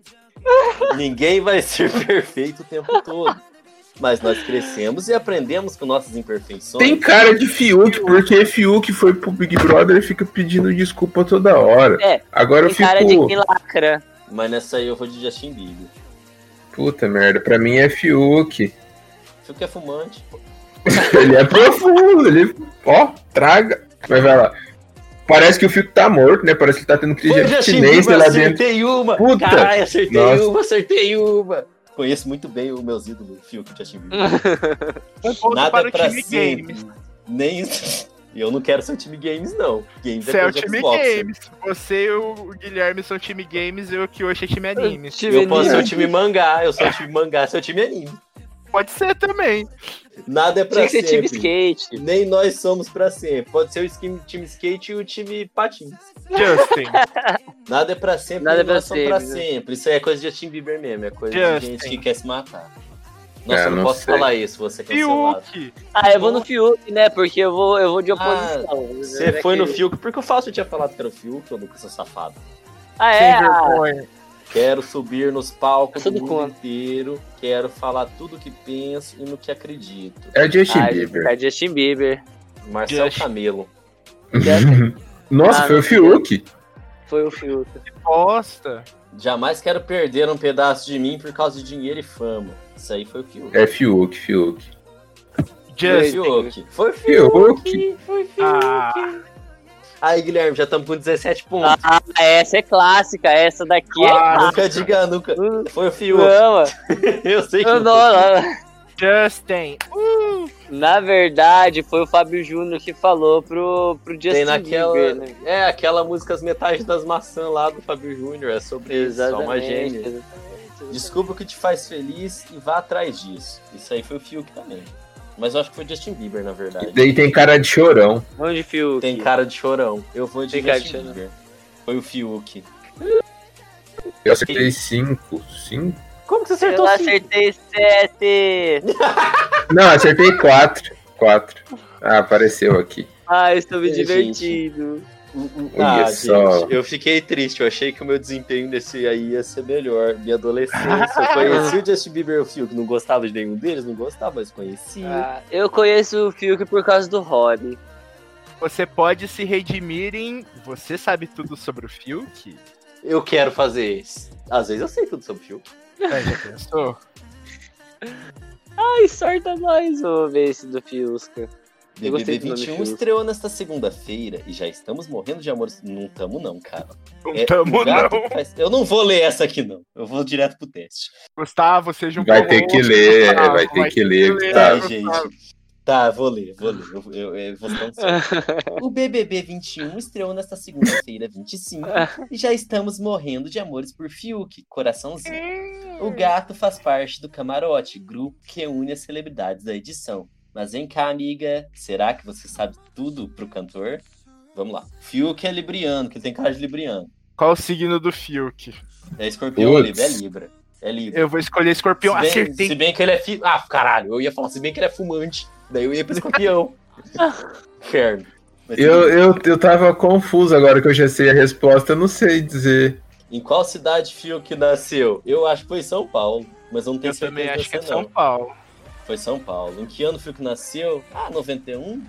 [SPEAKER 2] Ninguém vai ser perfeito o tempo todo. Mas nós crescemos e aprendemos com nossas imperfeições.
[SPEAKER 5] Tem cara de Fiuk, porque Fiuk foi pro Big Brother e fica pedindo desculpa toda hora.
[SPEAKER 3] É,
[SPEAKER 5] Agora eu
[SPEAKER 3] Tem
[SPEAKER 5] fico.
[SPEAKER 3] cara de que lacra.
[SPEAKER 2] Mas nessa aí eu vou de Justin Bieber.
[SPEAKER 5] Puta merda, pra mim é Fiuk.
[SPEAKER 2] Fiuk é fumante.
[SPEAKER 5] Ele é profundo, ele. Ó, traga. Mas vai lá. Parece que o Fiuk tá morto, né? Parece que ele tá tendo crise
[SPEAKER 2] Foi
[SPEAKER 5] de
[SPEAKER 2] Justin
[SPEAKER 5] abstinência
[SPEAKER 2] é, Bieber,
[SPEAKER 5] lá dentro.
[SPEAKER 2] acertei uma.
[SPEAKER 5] Puta.
[SPEAKER 2] Caralho, acertei
[SPEAKER 5] Nossa.
[SPEAKER 2] uma, acertei uma. Conheço muito bem os meus ídolos, Fiuk e Justin Bieber.
[SPEAKER 4] Um ponto
[SPEAKER 2] Nada
[SPEAKER 4] para o
[SPEAKER 2] pra
[SPEAKER 4] time
[SPEAKER 2] sempre.
[SPEAKER 4] games.
[SPEAKER 2] Nem isso. E eu não quero ser o time games, não. Games
[SPEAKER 4] Você é o
[SPEAKER 2] coisa
[SPEAKER 4] time
[SPEAKER 2] Xbox. né?
[SPEAKER 4] games. Você e o Guilherme são time games e o Kyoshi é time animes.
[SPEAKER 3] Time
[SPEAKER 2] Eu posso ser o
[SPEAKER 3] anime.
[SPEAKER 2] time mangá, eu sou o time mangá, seu time anime.
[SPEAKER 4] Pode ser também.
[SPEAKER 2] Nada é
[SPEAKER 3] Tinha
[SPEAKER 2] pra
[SPEAKER 3] que ser time
[SPEAKER 2] sempre.
[SPEAKER 3] skate.
[SPEAKER 2] Nem nós somos pra sempre. Pode ser o skin- time skate e o time patins.
[SPEAKER 4] Justin.
[SPEAKER 2] Nada é pra sempre,
[SPEAKER 3] Nada
[SPEAKER 2] nem
[SPEAKER 3] é pra
[SPEAKER 2] nós somos pra
[SPEAKER 3] sempre, né?
[SPEAKER 2] sempre. Isso aí é coisa de Justin Bieber mesmo, é coisa de
[SPEAKER 4] Justin.
[SPEAKER 2] gente que quer se matar. Nossa,
[SPEAKER 5] É,
[SPEAKER 2] eu não,
[SPEAKER 5] não
[SPEAKER 2] posso
[SPEAKER 5] sei.
[SPEAKER 2] falar isso, você é cancelado.
[SPEAKER 4] Fiuk.
[SPEAKER 3] Ah, eu vou no Fiuk, né? Porque eu vou, eu vou de oposição.
[SPEAKER 2] Ah, Você foi no
[SPEAKER 3] Fiuk.
[SPEAKER 2] Fiuk, porque o Fausto tinha falado que era o Fiuk, ô Lucas, seu safado.
[SPEAKER 3] Ah,
[SPEAKER 4] Sem
[SPEAKER 3] é?
[SPEAKER 4] vergonha.
[SPEAKER 2] Quero subir nos palcos
[SPEAKER 3] Eu sou
[SPEAKER 2] do
[SPEAKER 3] do
[SPEAKER 2] mundo
[SPEAKER 3] contra.
[SPEAKER 2] inteiro, quero falar tudo o que penso e no que acredito.
[SPEAKER 5] É Justin
[SPEAKER 3] Ah,
[SPEAKER 5] Bieber.
[SPEAKER 2] tá
[SPEAKER 3] É Justin Bieber.
[SPEAKER 2] Marcel
[SPEAKER 4] Justin.
[SPEAKER 2] Camelo. tá
[SPEAKER 5] Nossa,
[SPEAKER 3] Ah,
[SPEAKER 5] foi o
[SPEAKER 3] não.
[SPEAKER 5] Fiuk.
[SPEAKER 3] Foi o Fiuk.
[SPEAKER 4] Bosta.
[SPEAKER 2] Jamais quero perder um pedaço de mim por causa de dinheiro e fama. Isso aí foi o Fiuk.
[SPEAKER 5] É Fiuk, Fiuk.
[SPEAKER 2] Foi o
[SPEAKER 4] Justin.
[SPEAKER 2] Fiuk. Foi o Fiuk.
[SPEAKER 5] Fiuk.
[SPEAKER 4] Ah,
[SPEAKER 2] Aí, Guilherme, já estamos com 17 pontos.
[SPEAKER 3] Ah, essa é clássica. Essa daqui é
[SPEAKER 4] Claro.
[SPEAKER 3] clássica.
[SPEAKER 2] nunca diga nunca.
[SPEAKER 3] Não, Ah,
[SPEAKER 2] Foi o Fiuk.
[SPEAKER 3] mano.
[SPEAKER 2] Eu sei que
[SPEAKER 3] não,
[SPEAKER 2] não.
[SPEAKER 3] não.
[SPEAKER 4] Justin. Uh.
[SPEAKER 3] Na verdade, foi o Fábio Júnior que falou pro, pro Justin
[SPEAKER 2] Tem naquela.
[SPEAKER 3] Bieber. Né?
[SPEAKER 2] É, aquela música As Metades das Maçãs lá do Fábio Júnior. É sobre isso. É uma gênia. Desculpa o que te faz feliz e vá atrás disso. Isso aí foi o Fiuk também. Mas eu acho que foi Justin Bieber, na verdade.
[SPEAKER 5] Daí tem cara de chorão.
[SPEAKER 3] Onde Fiuk?
[SPEAKER 2] Tem cara de chorão. Eu vou de
[SPEAKER 3] Tem cara de
[SPEAKER 2] Justin
[SPEAKER 3] chorão.
[SPEAKER 2] Bieber. Foi o Fiuk.
[SPEAKER 5] Eu acertei cinco. Cinco?
[SPEAKER 2] Como que você
[SPEAKER 3] Eu
[SPEAKER 2] acertou assim?
[SPEAKER 3] acertei sete.
[SPEAKER 5] Não, acertei quatro. Quatro. Ah, apareceu aqui.
[SPEAKER 3] Ai, Ah, estou me
[SPEAKER 2] Ei,
[SPEAKER 3] divertindo.
[SPEAKER 2] Ah,
[SPEAKER 5] Olha só.
[SPEAKER 2] gente, eu fiquei triste. Eu achei que o meu desempenho desse aí ia ser melhor. Minha adolescência, eu conheci o Justin Bieber e o Fiuk. Não gostava de nenhum deles, não gostava, mas conhecia.
[SPEAKER 3] Ah, eu conheço o Fiuk por causa do Rob.
[SPEAKER 4] Você pode se redimir em. Você sabe tudo sobre o Fiuk?
[SPEAKER 2] Eu quero fazer isso. Às vezes eu sei tudo sobre o Fiuk.
[SPEAKER 4] É, já pensou?
[SPEAKER 3] Ai, sorta nós, ô, ver esse do Fiusca. Eu
[SPEAKER 2] BBB
[SPEAKER 3] gostei do nome
[SPEAKER 2] 21
[SPEAKER 3] Fiuk.
[SPEAKER 2] estreou nesta segunda-feira e já estamos morrendo de amor. Não tamo não, cara.
[SPEAKER 4] Não
[SPEAKER 2] É,
[SPEAKER 4] tamo,
[SPEAKER 2] Gato
[SPEAKER 4] não.
[SPEAKER 2] faz- Eu não vou ler essa aqui, não. Eu vou direto pro teste.
[SPEAKER 4] Gustavo, seja um
[SPEAKER 5] Vai ter
[SPEAKER 4] bom
[SPEAKER 5] que
[SPEAKER 4] homem,
[SPEAKER 5] ler,
[SPEAKER 4] Gustavo,
[SPEAKER 5] vai ter que ler,
[SPEAKER 2] Tá,
[SPEAKER 5] Gustavo.
[SPEAKER 4] Gustavo.
[SPEAKER 2] gente. Tá, vou ler, vou ler. Eu, eu, eu vou dar um soco. o BBB 21 estreou nesta segunda-feira, 25, e já estamos morrendo de amores por Fiuk, coraçãozinho. O gato faz parte do Camarote, grupo que une as celebridades da edição. Mas vem cá, amiga, será que você sabe tudo pro cantor? Vamos lá. Fiuk é libriano, que ele tem cara de libriano.
[SPEAKER 4] Qual o signo do Fiuk?
[SPEAKER 2] É escorpião, é
[SPEAKER 5] Putz.
[SPEAKER 2] libra, é libra. É libra.
[SPEAKER 4] Eu vou escolher escorpião.
[SPEAKER 2] Se bem,
[SPEAKER 4] Acertei.
[SPEAKER 2] se bem que ele é fi... Ah, caralho, eu ia falar, se bem que ele é fumante. Daí eu ia pro escorpião. Inferno. Mas
[SPEAKER 5] Eu,
[SPEAKER 2] enfim.
[SPEAKER 5] eu, eu tava confuso agora que eu já sei a resposta, eu não sei dizer.
[SPEAKER 2] Em qual cidade Fiuk nasceu? Eu acho que foi em São Paulo, mas eu não tenho
[SPEAKER 4] Eu
[SPEAKER 2] certeza
[SPEAKER 4] também acho que é
[SPEAKER 2] dessa,
[SPEAKER 4] São
[SPEAKER 2] não.
[SPEAKER 4] Paulo.
[SPEAKER 2] Foi São Paulo. Em que ano Fiuk nasceu? Ah, 91?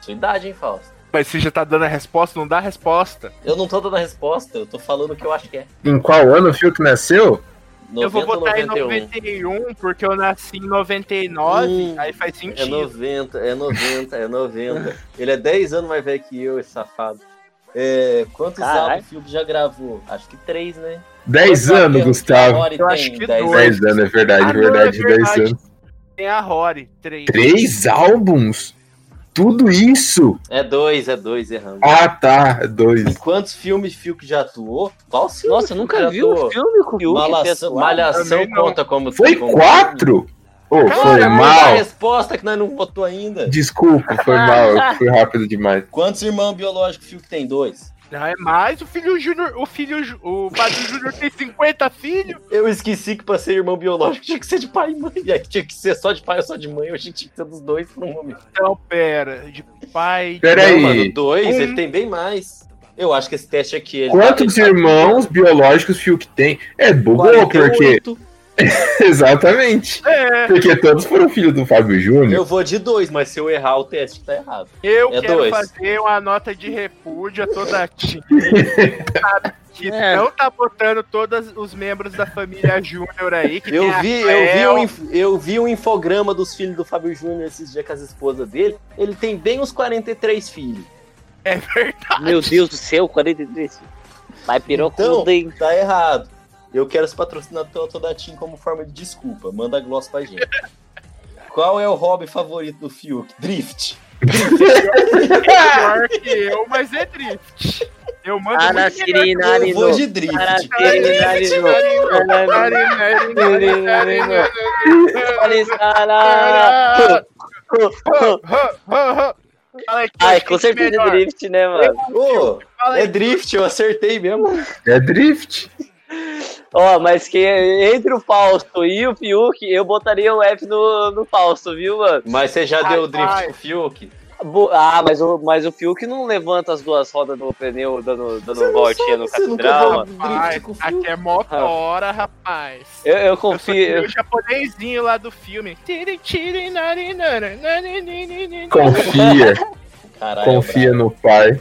[SPEAKER 2] Sua idade, hein, Fausto?
[SPEAKER 4] Mas você já tá dando a resposta, não dá a resposta.
[SPEAKER 2] Eu não tô dando a resposta, eu tô falando o que eu acho que é.
[SPEAKER 5] Em qual ano o Fiuk nasceu?
[SPEAKER 2] 90
[SPEAKER 4] eu vou
[SPEAKER 2] ou
[SPEAKER 4] botar
[SPEAKER 2] 91?
[SPEAKER 4] em 91, porque eu nasci em 99,
[SPEAKER 2] Hum,
[SPEAKER 4] aí faz
[SPEAKER 2] É
[SPEAKER 4] sentido.
[SPEAKER 2] 90, é 90, é 90. Ele é 10 anos mais velho que eu, esse safado. É, quantos
[SPEAKER 3] Caralho.
[SPEAKER 2] álbuns o Fiuk já gravou? Acho que 3, né?
[SPEAKER 5] 10 anos, Gustavo.
[SPEAKER 2] Eu
[SPEAKER 4] Eu
[SPEAKER 2] acho
[SPEAKER 4] acho que dois.
[SPEAKER 5] 10 anos, é verdade,
[SPEAKER 4] Ah, não,
[SPEAKER 5] verdade,
[SPEAKER 4] é
[SPEAKER 5] 10
[SPEAKER 4] verdade.
[SPEAKER 5] anos.
[SPEAKER 4] Tem a Rory, 3.
[SPEAKER 5] Três álbuns? Tudo isso?
[SPEAKER 2] É dois, é dois, errando.
[SPEAKER 5] Ah, tá, dois.
[SPEAKER 2] Em quantos filmes Fiuk já atuou? Qual filme?
[SPEAKER 3] Nossa, eu nunca vi um filme com o Fiuk.
[SPEAKER 2] Malhação,
[SPEAKER 3] pessoal.
[SPEAKER 2] Malhação
[SPEAKER 4] Também não.
[SPEAKER 2] conta como
[SPEAKER 5] Foi
[SPEAKER 2] como-
[SPEAKER 5] quatro? Ô, foi
[SPEAKER 2] Cara, mas a
[SPEAKER 5] mal.
[SPEAKER 2] resposta que nós não botou ainda.
[SPEAKER 5] Desculpa, foi mal, eu fui rápido demais.
[SPEAKER 2] Quantos irmãos biológicos Fiuk tem? Dois.
[SPEAKER 4] Não é mais o filho Júnior, o filho, Ju- o Padre Júnior tem 50 filhos.
[SPEAKER 2] Eu esqueci que pra ser irmão biológico tinha que ser de pai e mãe. E aí tinha que ser só de pai ou só de mãe. Eu achei que tinha que ser dos dois por um momento.
[SPEAKER 4] Então, pera, de pai. de-
[SPEAKER 5] Pera
[SPEAKER 2] Não,
[SPEAKER 5] aí.
[SPEAKER 2] mano, dois,
[SPEAKER 4] Um.
[SPEAKER 2] ele tem bem mais. Eu acho que esse teste aqui... Ele tá
[SPEAKER 5] Quantos
[SPEAKER 2] ele
[SPEAKER 5] irmãos biológicos Fiuk tem? É, bugou, porque.
[SPEAKER 2] 48.
[SPEAKER 5] Exatamente.
[SPEAKER 4] É,
[SPEAKER 5] Porque todos foram filhos do Fábio Júnior.
[SPEAKER 2] Eu vou de dois, mas se eu errar o teste tá errado.
[SPEAKER 4] eu
[SPEAKER 2] É
[SPEAKER 4] quero
[SPEAKER 2] dois.
[SPEAKER 4] fazer uma nota de repúdio a toda a time. Que
[SPEAKER 2] É.
[SPEAKER 4] não tá botando todos os membros da família Júnior aí. Que tem
[SPEAKER 2] Eu
[SPEAKER 4] a
[SPEAKER 2] vi, eu, vi
[SPEAKER 4] Raquel,
[SPEAKER 2] um, inf- eu vi um infograma dos filhos do Fábio Júnior esses dias com as esposas dele. Ele tem bem uns 43 filhos.
[SPEAKER 4] É verdade.
[SPEAKER 3] Meu Deus do céu, 43. Vai
[SPEAKER 2] Então-
[SPEAKER 3] pirocudo, hein?
[SPEAKER 2] Tá errado. Eu quero os patrocinadores da Todatim como forma de desculpa. Manda a gloss pra gente. Qual é o hobby favorito do Fiuk? Drift.
[SPEAKER 3] Ah!
[SPEAKER 4] É pior que eu, mas é drift. Eu mando muito
[SPEAKER 3] Ana
[SPEAKER 4] melhor que você.
[SPEAKER 2] Eu vou
[SPEAKER 3] Sirinarino.
[SPEAKER 2] de drift. é
[SPEAKER 3] Ana
[SPEAKER 4] Caralho,
[SPEAKER 3] Sirinarino. Ana
[SPEAKER 4] né?
[SPEAKER 3] Sirinarino. Ah!
[SPEAKER 4] Caralho. Fala aqui,
[SPEAKER 3] Ai,
[SPEAKER 4] quem
[SPEAKER 3] com
[SPEAKER 4] que
[SPEAKER 3] certeza
[SPEAKER 4] melhor?
[SPEAKER 3] drift, né, mano?
[SPEAKER 2] Ô,
[SPEAKER 4] Fala aí,
[SPEAKER 2] é drift, eu acertei mesmo.
[SPEAKER 5] É drift.
[SPEAKER 3] Ó, mas que entre o Fausto e o Fiuk, eu botaria o F no, no Fausto, viu, mano?
[SPEAKER 2] Mas você já
[SPEAKER 4] Ai,
[SPEAKER 2] deu o drift
[SPEAKER 4] ai.
[SPEAKER 2] pro Fiuk?
[SPEAKER 3] Bo- Ah, mas o, mas o Fiuk não levanta as duas rodas do pneu dando, dando voltinha no catedral, mano.
[SPEAKER 4] rapaz, aqui é mó hora, rapaz.
[SPEAKER 3] Ah. Eu, eu
[SPEAKER 4] Eu sou que nem
[SPEAKER 3] confio.
[SPEAKER 4] o japonesinho lá do filme. Tiri, tiri, nari, nara, nari, nini, nini.
[SPEAKER 5] Confia.
[SPEAKER 2] Caralho.
[SPEAKER 5] Confia no pai.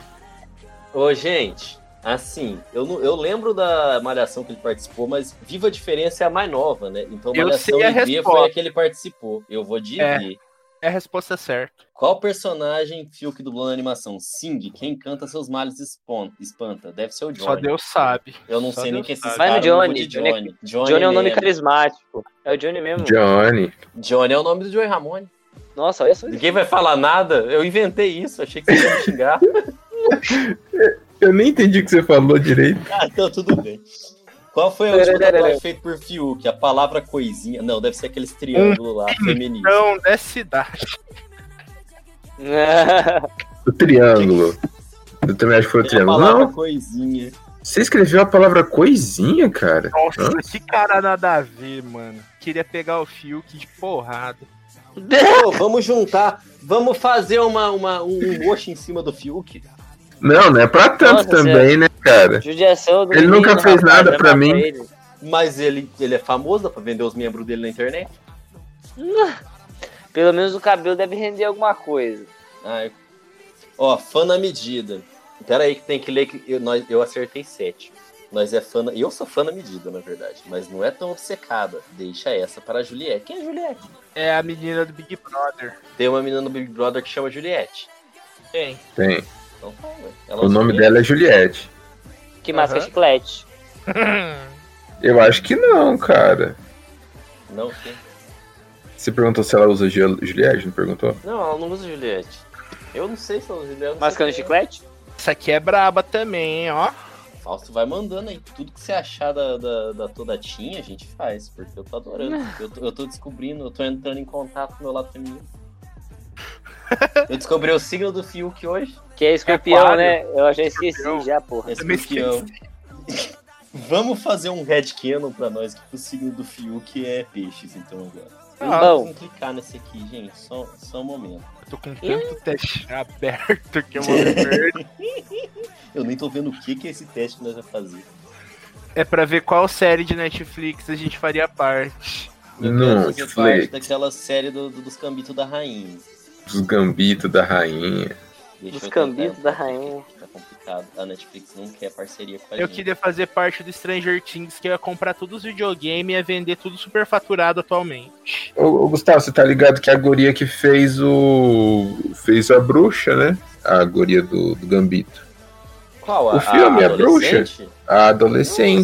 [SPEAKER 2] Ô, gente, assim, eu, não, eu lembro da Malhação que ele participou, mas Viva a Diferença é a mais nova, né? Então
[SPEAKER 4] Eu
[SPEAKER 2] Malhação
[SPEAKER 4] sei a
[SPEAKER 2] e V foi
[SPEAKER 4] resposta.
[SPEAKER 2] a que ele participou. Eu vou de
[SPEAKER 4] É.
[SPEAKER 2] V.
[SPEAKER 4] É a resposta certa.
[SPEAKER 2] Qual personagem Fiuk dublou na animação? Sing, quem canta seus males espon- espanta. Deve ser o Johnny.
[SPEAKER 4] Só Deus sabe.
[SPEAKER 2] Eu não
[SPEAKER 4] só
[SPEAKER 2] sei nem
[SPEAKER 4] Deus
[SPEAKER 2] quem é esse
[SPEAKER 4] sabe.
[SPEAKER 3] Vai no
[SPEAKER 2] cara. eu vou de
[SPEAKER 3] Johnny.
[SPEAKER 2] Johnny. Johnny,
[SPEAKER 3] Johnny é um nome
[SPEAKER 2] mesmo.
[SPEAKER 3] carismático. É o Johnny mesmo.
[SPEAKER 5] Johnny.
[SPEAKER 2] Johnny é o nome do Joey Ramone.
[SPEAKER 3] Nossa, olha só isso.
[SPEAKER 2] Ninguém vai falar nada. Eu inventei isso. Achei que você ia me xingar.
[SPEAKER 5] Eu nem entendi o que você falou direito.
[SPEAKER 2] ah, então tudo bem. Qual foi a última tatuagem feita por Fiuk? A palavra coisinha. Não, deve ser aqueles triângulos lá, feminino.
[SPEAKER 4] Então, dessa cidade.
[SPEAKER 5] O triângulo. Eu também acho que foi o
[SPEAKER 2] Tem a
[SPEAKER 5] triângulo.
[SPEAKER 2] palavra
[SPEAKER 5] Não,
[SPEAKER 2] coisinha.
[SPEAKER 5] você escreveu a palavra coisinha, cara.
[SPEAKER 4] Nossa,
[SPEAKER 5] Hã?
[SPEAKER 4] que cara nada a ver, mano. Queria pegar o Fiuk de porrada.
[SPEAKER 2] Pô, vamos juntar. Vamos fazer uma, uma, um roxo em cima do Fiuk.
[SPEAKER 5] Não, não é pra tanto
[SPEAKER 3] Nossa,
[SPEAKER 5] também, né, cara?
[SPEAKER 3] Judiação do
[SPEAKER 5] Ele
[SPEAKER 3] menino,
[SPEAKER 5] nunca fez
[SPEAKER 3] rapaz,
[SPEAKER 5] nada
[SPEAKER 3] né,
[SPEAKER 5] pra mim.
[SPEAKER 3] ele.
[SPEAKER 2] Mas ele, ele é famoso, dá pra vender os membros dele na internet.
[SPEAKER 3] Pelo menos o cabelo deve render alguma coisa.
[SPEAKER 2] Ah, eu- Ó, fã na medida. Pera aí que tem que ler que eu, nós, eu acertei sete. Nós é fã. na- Eu sou fã na medida, na verdade. Mas não é tão obcecada. Deixa essa para a Juliette. Quem é a Juliette?
[SPEAKER 4] É a menina do Big Brother.
[SPEAKER 2] Tem uma menina no Big Brother que chama Juliette.
[SPEAKER 4] Tem.
[SPEAKER 5] Tem.
[SPEAKER 2] Então tá, ué. Ela
[SPEAKER 5] O nome
[SPEAKER 2] Juliette.
[SPEAKER 5] dela é Juliette.
[SPEAKER 3] Que masca
[SPEAKER 4] Aham.
[SPEAKER 3] chiclete.
[SPEAKER 5] Eu acho que não, cara.
[SPEAKER 2] Não, quem?
[SPEAKER 5] Você perguntou se ela usa gel- Juliette, não perguntou?
[SPEAKER 2] não, ela não usa Juliette. Eu não sei é. se ela usa Juliette.
[SPEAKER 3] Mascando
[SPEAKER 2] chiclete.
[SPEAKER 3] chiclete?
[SPEAKER 4] Essa aqui é braba também, ó.
[SPEAKER 2] Fausto vai mandando aí. Tudo que você achar da, da, da toda tinha, a gente faz, porque eu tô adorando. Eu, tô- eu tô descobrindo, eu tô entrando em contato com o meu lado feminino. Eu descobri o signo do Fiuk hoje.
[SPEAKER 3] Que é escorpião,
[SPEAKER 4] aquário.
[SPEAKER 3] né? Eu já
[SPEAKER 2] é
[SPEAKER 3] esqueci
[SPEAKER 4] Escorpião.
[SPEAKER 3] já, porra.
[SPEAKER 2] Esse
[SPEAKER 4] me
[SPEAKER 2] campeão. Vamos fazer um headcanon pra nós, que o signo do Fiuk é peixes, então agora.
[SPEAKER 4] Ah,
[SPEAKER 3] Bom.
[SPEAKER 2] Vamos clicar nesse aqui, gente. Só, só um momento.
[SPEAKER 4] eu tô com tanto teste aberto que eu vou ver.
[SPEAKER 2] Eu nem tô vendo o que, que é esse teste que nós vamos fazer.
[SPEAKER 4] É pra ver qual série de Netflix a gente faria parte.
[SPEAKER 2] Eu quero
[SPEAKER 5] Não,
[SPEAKER 2] fazer
[SPEAKER 5] que
[SPEAKER 2] parte
[SPEAKER 5] falei.
[SPEAKER 2] daquela série do- do- dos cambitos da rainha.
[SPEAKER 5] Os gambitos da rainha.
[SPEAKER 2] Deixa
[SPEAKER 3] Dos
[SPEAKER 2] eu tentar
[SPEAKER 3] cambitos
[SPEAKER 2] entrar
[SPEAKER 3] da rainha.
[SPEAKER 2] aqui, que Tá complicado. A Netflix não quer parceria com a
[SPEAKER 4] Eu
[SPEAKER 2] gente.
[SPEAKER 4] queria fazer parte do Stranger Things, que eu ia comprar todos os videogames e ia vender tudo superfaturado atualmente.
[SPEAKER 5] Ô, ô, Gustavo, você tá ligado que a guria que fez o. fez a bruxa, né? A guria do, do gambito.
[SPEAKER 2] Qual?
[SPEAKER 5] O filme, a bruxa?
[SPEAKER 2] adolescente?
[SPEAKER 5] A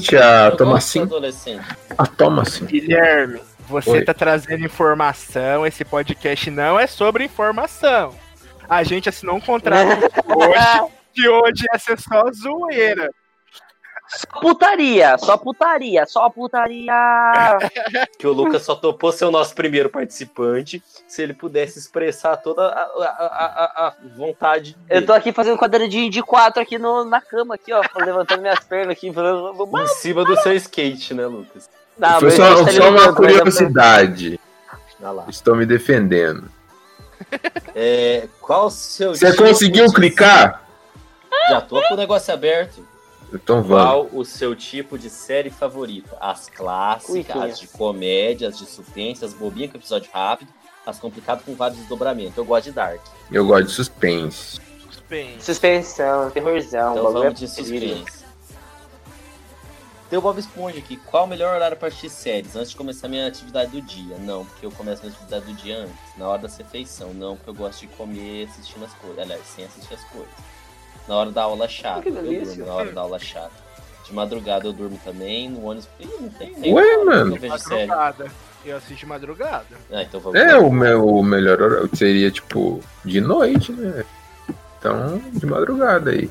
[SPEAKER 5] adolescente,
[SPEAKER 2] Eu
[SPEAKER 5] a
[SPEAKER 2] gosto
[SPEAKER 5] Thomasin.
[SPEAKER 2] da adolescente.
[SPEAKER 5] A Thomasin.
[SPEAKER 4] Guilherme, você
[SPEAKER 5] Oi.
[SPEAKER 4] tá trazendo informação. Esse podcast não é sobre informação. A gente assinou um contrato hoje, que hoje ia ser só zoeira.
[SPEAKER 3] Só putaria, só putaria, só putaria.
[SPEAKER 2] Que o Lucas só topou ser o nosso primeiro participante se ele pudesse expressar toda a, a- a- a- a vontade dele.
[SPEAKER 3] Eu tô aqui fazendo quadradinho de quatro aqui no, na cama, aqui, ó. Levantando minhas pernas aqui, falando. "Vamos
[SPEAKER 2] Em cima do seu skate, né, Lucas?
[SPEAKER 3] dar,
[SPEAKER 5] Foi
[SPEAKER 3] Ah, mas
[SPEAKER 5] só,
[SPEAKER 3] deixa
[SPEAKER 5] só
[SPEAKER 3] ele
[SPEAKER 5] uma
[SPEAKER 3] andando, mas
[SPEAKER 5] curiosidade.
[SPEAKER 2] Olha lá.
[SPEAKER 5] Estou me defendendo.
[SPEAKER 2] É, qual o seu...
[SPEAKER 5] Você
[SPEAKER 2] tipo
[SPEAKER 5] conseguiu
[SPEAKER 2] de-
[SPEAKER 5] clicar?
[SPEAKER 2] Já tô com o negócio aberto.
[SPEAKER 5] Então vamos.
[SPEAKER 2] Qual o seu tipo de série favorita? As clássicas,
[SPEAKER 3] Cuiquinha.
[SPEAKER 2] as de comédia, as de suspense, as bobinhas com episódio rápido, as complicadas com vários desdobramentos. Eu gosto de Dark.
[SPEAKER 5] Eu gosto de suspense.
[SPEAKER 3] eu-
[SPEAKER 4] Suspense.
[SPEAKER 3] Suspensão, terrorzão,
[SPEAKER 2] Então
[SPEAKER 3] bagulho é
[SPEAKER 2] vamos de
[SPEAKER 3] putaria.
[SPEAKER 2] suspense. Tem o Bob Esponja aqui. Qual o melhor horário para assistir séries? Antes de começar minha atividade do dia? Não, porque eu começo minha atividade do dia antes. Na hora da refeição? Não, porque eu gosto de comer assistindo as coisas. Aliás, sem assistir as coisas. Na hora da aula chata.
[SPEAKER 3] Que
[SPEAKER 2] Eu
[SPEAKER 3] delícia.
[SPEAKER 2] durmo na hora da aula chata. De madrugada eu durmo também. No ônibus. Ih, não tem nem.
[SPEAKER 5] Ué,
[SPEAKER 2] hora que
[SPEAKER 5] mano.
[SPEAKER 2] Eu vejo é série.
[SPEAKER 4] Madrugada. Eu assisto de madrugada.
[SPEAKER 2] Ah, então vamos.
[SPEAKER 5] É, o, meu, o melhor horário seria, tipo, de noite, né? Então, de madrugada aí.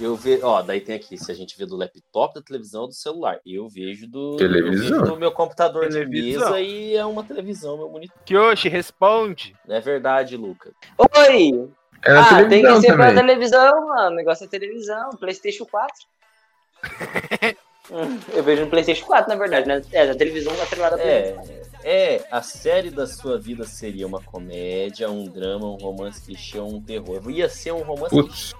[SPEAKER 2] Eu vejo, ó, daí tem aqui, se a gente vê do laptop, da televisão, do celular. Eu vejo do,
[SPEAKER 5] Televisão.
[SPEAKER 2] eu vejo do meu computador
[SPEAKER 4] Televisão.
[SPEAKER 2] de mesa e é uma televisão, meu monitor.
[SPEAKER 4] Kyoshi, responde.
[SPEAKER 2] É verdade, Lucas.
[SPEAKER 3] Oi!
[SPEAKER 5] É na
[SPEAKER 3] Ah, tem que
[SPEAKER 5] televisão
[SPEAKER 3] ser pra
[SPEAKER 5] também.
[SPEAKER 3] televisão, mano. O negócio é televisão, Playstation 4. Hum, Eu vejo no Playstation 4, na verdade, né? É, da televisão atrelada pra
[SPEAKER 2] É, é, a série da sua vida seria uma comédia, um drama, um romance clichê ou um terror. Ia ser um romance
[SPEAKER 5] Putz,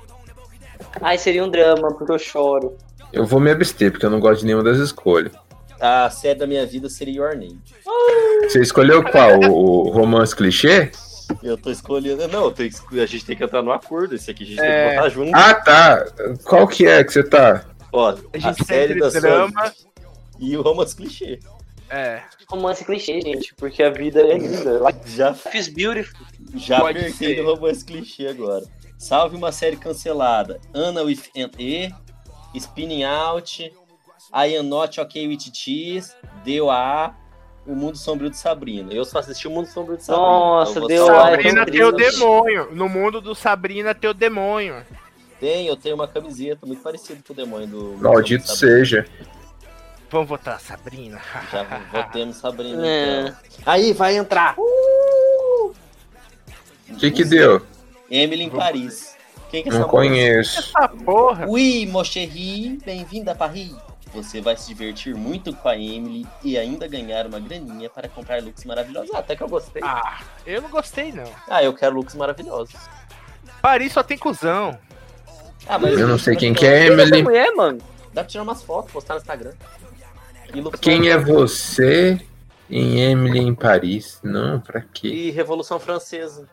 [SPEAKER 3] Ai, seria um drama, porque eu choro.
[SPEAKER 5] eu vou me abster, porque eu não gosto de nenhuma das escolhas.
[SPEAKER 2] A série da minha vida seria Your Name.
[SPEAKER 5] Você escolheu qual? O o romance clichê?
[SPEAKER 2] Eu tô escolhendo. Não, eu tô es- a gente tem que entrar no acordo. Esse aqui a gente tem
[SPEAKER 4] É.
[SPEAKER 2] que botar junto.
[SPEAKER 5] Ah, tá. Qual que é que você tá?
[SPEAKER 2] Ó,
[SPEAKER 4] A
[SPEAKER 2] a,
[SPEAKER 4] gente tá
[SPEAKER 2] série
[SPEAKER 4] entre
[SPEAKER 2] da sua
[SPEAKER 4] drama-
[SPEAKER 2] vida E o romance clichê.
[SPEAKER 4] É.
[SPEAKER 3] Romance clichê, gente, porque a vida é linda.
[SPEAKER 2] Já,
[SPEAKER 3] Life is beautiful.
[SPEAKER 2] já
[SPEAKER 4] Pode
[SPEAKER 2] pensei
[SPEAKER 4] ser.
[SPEAKER 2] no romance clichê agora. Salve uma série cancelada. Anna with an E, Spinning Out, I Am Not Okay with Cheese, D.O.A., O Mundo Sombrio de Sabrina. Eu só assisti O Mundo Sombrio de Sabrina. Então
[SPEAKER 3] Nossa,
[SPEAKER 2] Eu vou
[SPEAKER 3] D.O.A.
[SPEAKER 2] salvar
[SPEAKER 3] é
[SPEAKER 4] Sabrina
[SPEAKER 3] tão
[SPEAKER 2] vocês.
[SPEAKER 4] tem o
[SPEAKER 3] triste.
[SPEAKER 4] demônio. No mundo do Sabrina tem o demônio.
[SPEAKER 2] Tem, eu tenho uma camiseta muito parecida com o demônio do. Mundo
[SPEAKER 5] Maldito
[SPEAKER 2] Sombrio de
[SPEAKER 5] seja.
[SPEAKER 4] Vamos votar Sabrina.
[SPEAKER 2] Sabrina. Já votemos Sabrina.
[SPEAKER 3] É. Uh!
[SPEAKER 2] Então. Aí vai entrar.
[SPEAKER 5] O que que deu?
[SPEAKER 2] Emily em Paris. Quem que é
[SPEAKER 5] Não
[SPEAKER 2] essa moça?
[SPEAKER 5] conheço.
[SPEAKER 4] Essa porra.
[SPEAKER 2] Oui, mon chéri, bem-vinda a Paris. Você vai se divertir muito com a Emily e ainda ganhar uma graninha para comprar looks maravilhosos. Ah, até que eu gostei. Ah,
[SPEAKER 4] Ah, eu não gostei, não.
[SPEAKER 2] eu quero looks maravilhosos.
[SPEAKER 4] Paris só tem cuzão.
[SPEAKER 2] Ah, mas
[SPEAKER 5] Eu não sei quem que é,
[SPEAKER 3] Essa
[SPEAKER 5] Emily.
[SPEAKER 3] mulher, mano.
[SPEAKER 2] Dá pra tirar umas fotos, postar no Instagram. E looks
[SPEAKER 5] Quem é
[SPEAKER 2] maravilhosos.
[SPEAKER 5] você em Emily em Paris? Não, pra quê?
[SPEAKER 2] E Revolução Francesa.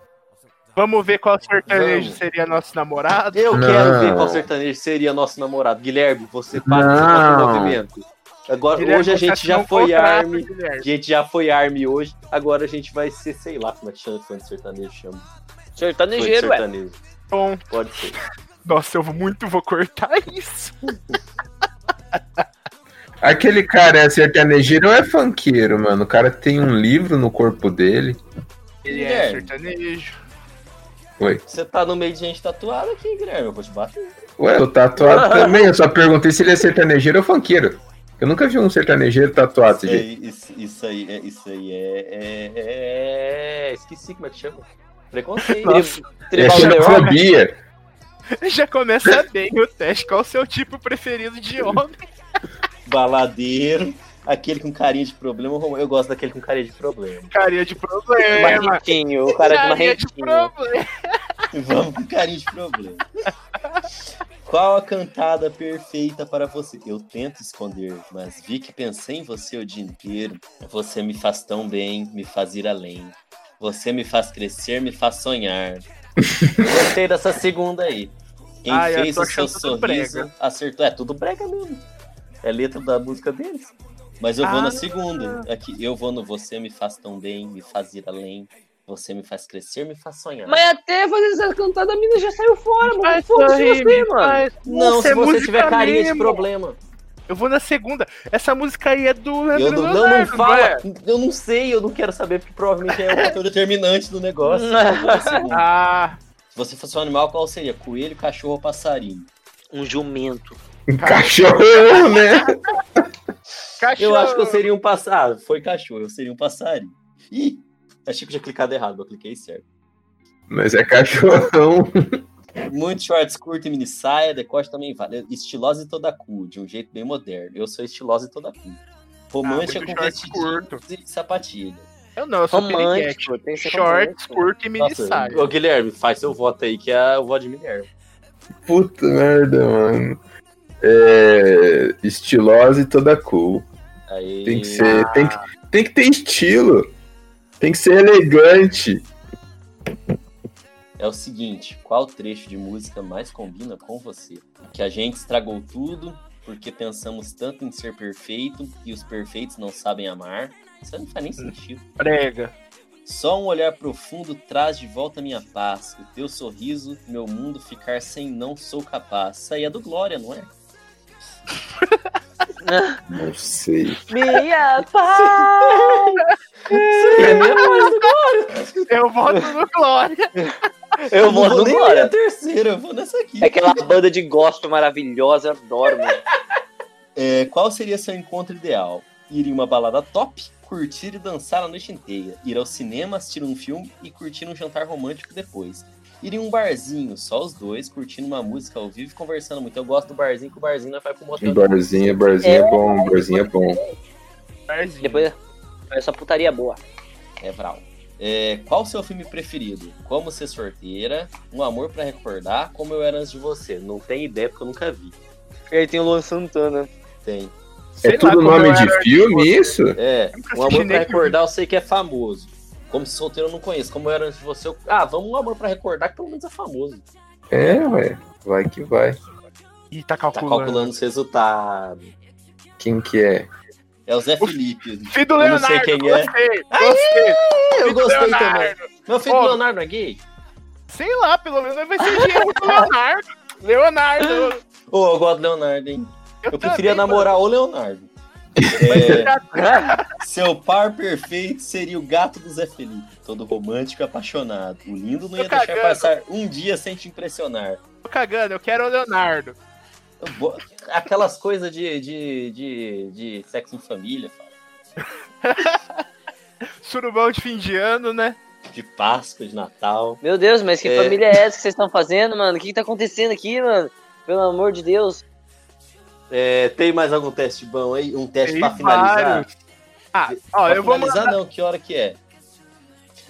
[SPEAKER 4] Vamos ver qual sertanejo
[SPEAKER 2] Vamos.
[SPEAKER 4] seria nosso namorado.
[SPEAKER 2] Eu
[SPEAKER 5] Não.
[SPEAKER 2] quero ver qual sertanejo seria nosso namorado. Guilherme, você participa do
[SPEAKER 5] Não.
[SPEAKER 2] movimento. Agora,
[SPEAKER 4] Guilherme,
[SPEAKER 2] hoje a
[SPEAKER 4] você
[SPEAKER 2] gente
[SPEAKER 4] assinou
[SPEAKER 2] já
[SPEAKER 4] um
[SPEAKER 2] foi
[SPEAKER 4] contrato,
[SPEAKER 2] Army. A
[SPEAKER 4] Guilherme.
[SPEAKER 2] gente já foi Army hoje. Agora a gente vai ser, sei lá como é que chama quando sertanejo chama. Foi de
[SPEAKER 3] Sertanejeiro, ué.
[SPEAKER 2] sertanejo.
[SPEAKER 4] Bom,
[SPEAKER 2] Pode ser.
[SPEAKER 4] nossa, eu muito vou cortar isso.
[SPEAKER 5] Aquele cara é sertanejeiro ou é funkeiro, mano? O cara tem um livro no corpo dele.
[SPEAKER 4] Ele é
[SPEAKER 2] Guilherme.
[SPEAKER 4] sertanejo.
[SPEAKER 5] Oi.
[SPEAKER 2] Você tá no meio de gente tatuada aqui, Guilherme. Eu vou te bater.
[SPEAKER 5] Ué, eu tatuado também. Eu só perguntei se ele é sertanejeiro ou funkeiro. Eu nunca vi um sertanejeiro tatuado desse
[SPEAKER 2] É,
[SPEAKER 5] jeito.
[SPEAKER 2] isso, isso aí, é, isso aí é, é- é- é- Esqueci como é que chama. Preconceito.
[SPEAKER 5] É
[SPEAKER 3] Tribal Leroy.
[SPEAKER 5] xenofobia.
[SPEAKER 4] Já começa bem o teste. Qual o seu tipo preferido de homem?
[SPEAKER 2] Baladeiro. Aquele com carinha de problema. Eu gosto daquele com carinha de problema.
[SPEAKER 4] Carinha de problema.
[SPEAKER 3] Marrentinho, o cara de
[SPEAKER 4] Carinha de
[SPEAKER 3] marrentinho.
[SPEAKER 4] problema.
[SPEAKER 2] Vamos com carinha de problema. Qual a cantada perfeita para você? Eu tento esconder, mas vi que pensei em você o dia inteiro. Você me faz tão bem, me faz ir além. Você me faz crescer, me faz sonhar. Gostei dessa segunda aí. Quem
[SPEAKER 4] Ai, eu
[SPEAKER 2] fez
[SPEAKER 4] tô
[SPEAKER 2] o seu
[SPEAKER 4] achando tudo
[SPEAKER 2] sorriso
[SPEAKER 4] brega.
[SPEAKER 2] acertou. É tudo brega mesmo. É letra da música deles. Mas eu
[SPEAKER 4] Ah.
[SPEAKER 2] vou na segunda. Aqui, eu vou no Você me faz tão bem, me faz ir além. Você me faz crescer, me faz sonhar.
[SPEAKER 3] Mas até fazer essa cantada, a mina já saiu fora, mano.
[SPEAKER 4] Mas
[SPEAKER 3] Foda-se você, assim, mano.
[SPEAKER 2] Não, se você é tiver carinha de
[SPEAKER 4] problema.
[SPEAKER 2] problema.
[SPEAKER 4] Eu vou na segunda. Essa música aí é do
[SPEAKER 2] Eu
[SPEAKER 4] Leandro
[SPEAKER 2] não, não, não
[SPEAKER 4] Leonardo,
[SPEAKER 2] fala.
[SPEAKER 4] é?
[SPEAKER 2] Eu não sei, eu não quero saber, porque provavelmente é o fator determinante do negócio.
[SPEAKER 4] Ah,
[SPEAKER 2] Se você fosse um animal, qual seria? Coelho, cachorro ou passarinho?
[SPEAKER 3] Um jumento.
[SPEAKER 5] Cachorro, né?
[SPEAKER 4] cachorro.
[SPEAKER 2] Eu acho que eu seria um passarinho. Ah, foi cachorro, eu seria um passarinho. Ih, achei que eu tinha clicado errado, mas eu cliquei certo.
[SPEAKER 5] Mas é cachorrão.
[SPEAKER 2] Muito shorts curto e mini saia, decote também vale. Estilosa e toda cu, de um jeito bem moderno. Eu sou estilosa e toda cu. Romântica
[SPEAKER 4] Ah, muito
[SPEAKER 2] com
[SPEAKER 4] shorts
[SPEAKER 2] vestidinhos
[SPEAKER 4] curto.
[SPEAKER 2] e sapatilha.
[SPEAKER 4] Eu não, eu sou piriguete.
[SPEAKER 3] Romântico, tem que ser
[SPEAKER 4] Shorts,
[SPEAKER 3] romântico.
[SPEAKER 4] curto e mini
[SPEAKER 2] né? Nossa,
[SPEAKER 4] saia.
[SPEAKER 2] ô, Guilherme, faz seu voto aí, que é o voto de Minerva.
[SPEAKER 5] Puta merda, mano. É. Estilosa e toda cool.
[SPEAKER 2] Aí...
[SPEAKER 5] Tem que ser. Tem que, tem que ter estilo. Tem que ser elegante.
[SPEAKER 2] É o seguinte, qual trecho de música mais combina com você? Que a gente estragou tudo porque pensamos tanto em ser perfeito e os perfeitos não sabem amar. Isso não faz nem sentido.
[SPEAKER 4] Prega.
[SPEAKER 2] Só um olhar profundo traz de volta minha paz. O teu sorriso, meu mundo ficar sem não sou capaz. Isso aí é do Glória, não é?
[SPEAKER 5] Não sei.
[SPEAKER 3] Minha paz!
[SPEAKER 2] é
[SPEAKER 4] Eu voto no Glória.
[SPEAKER 3] Eu vou
[SPEAKER 2] não vou
[SPEAKER 3] no
[SPEAKER 2] nem ler a
[SPEAKER 3] Glória.
[SPEAKER 2] terceira, eu vou nessa aqui.
[SPEAKER 3] É aquela banda de gospel maravilhosa, eu adoro, mano.
[SPEAKER 2] É, qual seria seu encontro ideal? Ir em uma balada top, curtir e dançar a noite inteira. Ir ao cinema, assistir um filme e curtir um jantar romântico depois. Ir em um barzinho, só os dois, curtindo uma música ao vivo e conversando muito. Eu gosto do barzinho, que o barzinho não vai pro motel. né?
[SPEAKER 5] Barzinho, barzinho é bom, barzinho é bom.
[SPEAKER 4] Barzinho.
[SPEAKER 3] Depois essa putaria boa.
[SPEAKER 2] É Vral. É, qual o seu filme preferido? Como Ser Sorteira, Um Amor pra Recordar, Como Eu Era Antes de Você. Não tem ideia, porque eu nunca vi.
[SPEAKER 3] E aí tem o Luan Santana.
[SPEAKER 2] Tem.
[SPEAKER 4] Sei
[SPEAKER 5] é
[SPEAKER 4] lá,
[SPEAKER 5] tudo
[SPEAKER 4] quando
[SPEAKER 5] nome
[SPEAKER 4] eu
[SPEAKER 5] de
[SPEAKER 4] era-
[SPEAKER 5] filme isso?
[SPEAKER 2] É,
[SPEAKER 4] Nunca
[SPEAKER 2] Um
[SPEAKER 4] assisti
[SPEAKER 2] Amor
[SPEAKER 4] nem
[SPEAKER 2] pra
[SPEAKER 4] filme.
[SPEAKER 2] Recordar eu sei que é famoso. Como Ser Solteiro eu não conheço. Como Eu Era Antes de Você, eu... Ah, vamos Um Amor pra Recordar, que pelo menos é famoso.
[SPEAKER 5] É, ué. Vai que vai.
[SPEAKER 4] Ih, tá
[SPEAKER 2] Tá
[SPEAKER 4] calculando.
[SPEAKER 2] calculando os resultados.
[SPEAKER 5] Quem que é?
[SPEAKER 2] É o Zé Felipe.
[SPEAKER 4] Filho do
[SPEAKER 2] Eu não
[SPEAKER 4] Leonardo,
[SPEAKER 2] sei quem é.
[SPEAKER 4] gostei, gostei.
[SPEAKER 2] É, eu
[SPEAKER 4] Filho do
[SPEAKER 2] gostei também.
[SPEAKER 4] Leonardo.
[SPEAKER 2] Meu filho
[SPEAKER 4] Ô.
[SPEAKER 2] Leonardo não é gay?
[SPEAKER 4] Sei lá, pelo menos vai ser dinheiro do Leonardo. Leonardo.
[SPEAKER 2] Ô, eu gosto do Leonardo, hein? Eu, preferia
[SPEAKER 4] também, mano.
[SPEAKER 2] namorar o Leonardo. É, seu par perfeito seria o gato do Zé Felipe. Todo romântico e apaixonado. O lindo não
[SPEAKER 4] Tô
[SPEAKER 2] ia deixar
[SPEAKER 4] cagando.
[SPEAKER 2] passar um dia sem te impressionar.
[SPEAKER 4] Tô cagando, eu quero o Leonardo.
[SPEAKER 2] Eu bo- Aquelas coisas de, de, de, de sexo em família, fala.
[SPEAKER 4] Surubão de fim de ano, né?
[SPEAKER 2] de Páscoa, de Natal.
[SPEAKER 3] Meu Deus, mas que
[SPEAKER 2] É.
[SPEAKER 3] família é essa que vocês estão fazendo, mano? O que, que tá acontecendo aqui, mano? Pelo amor de Deus.
[SPEAKER 2] É, tem mais algum teste bom aí? Um teste
[SPEAKER 4] Tem
[SPEAKER 2] pra finalizar?
[SPEAKER 4] vários. Ah, ó,
[SPEAKER 2] Pra
[SPEAKER 4] eu vou mandar.
[SPEAKER 2] finalizar, não, que hora que é?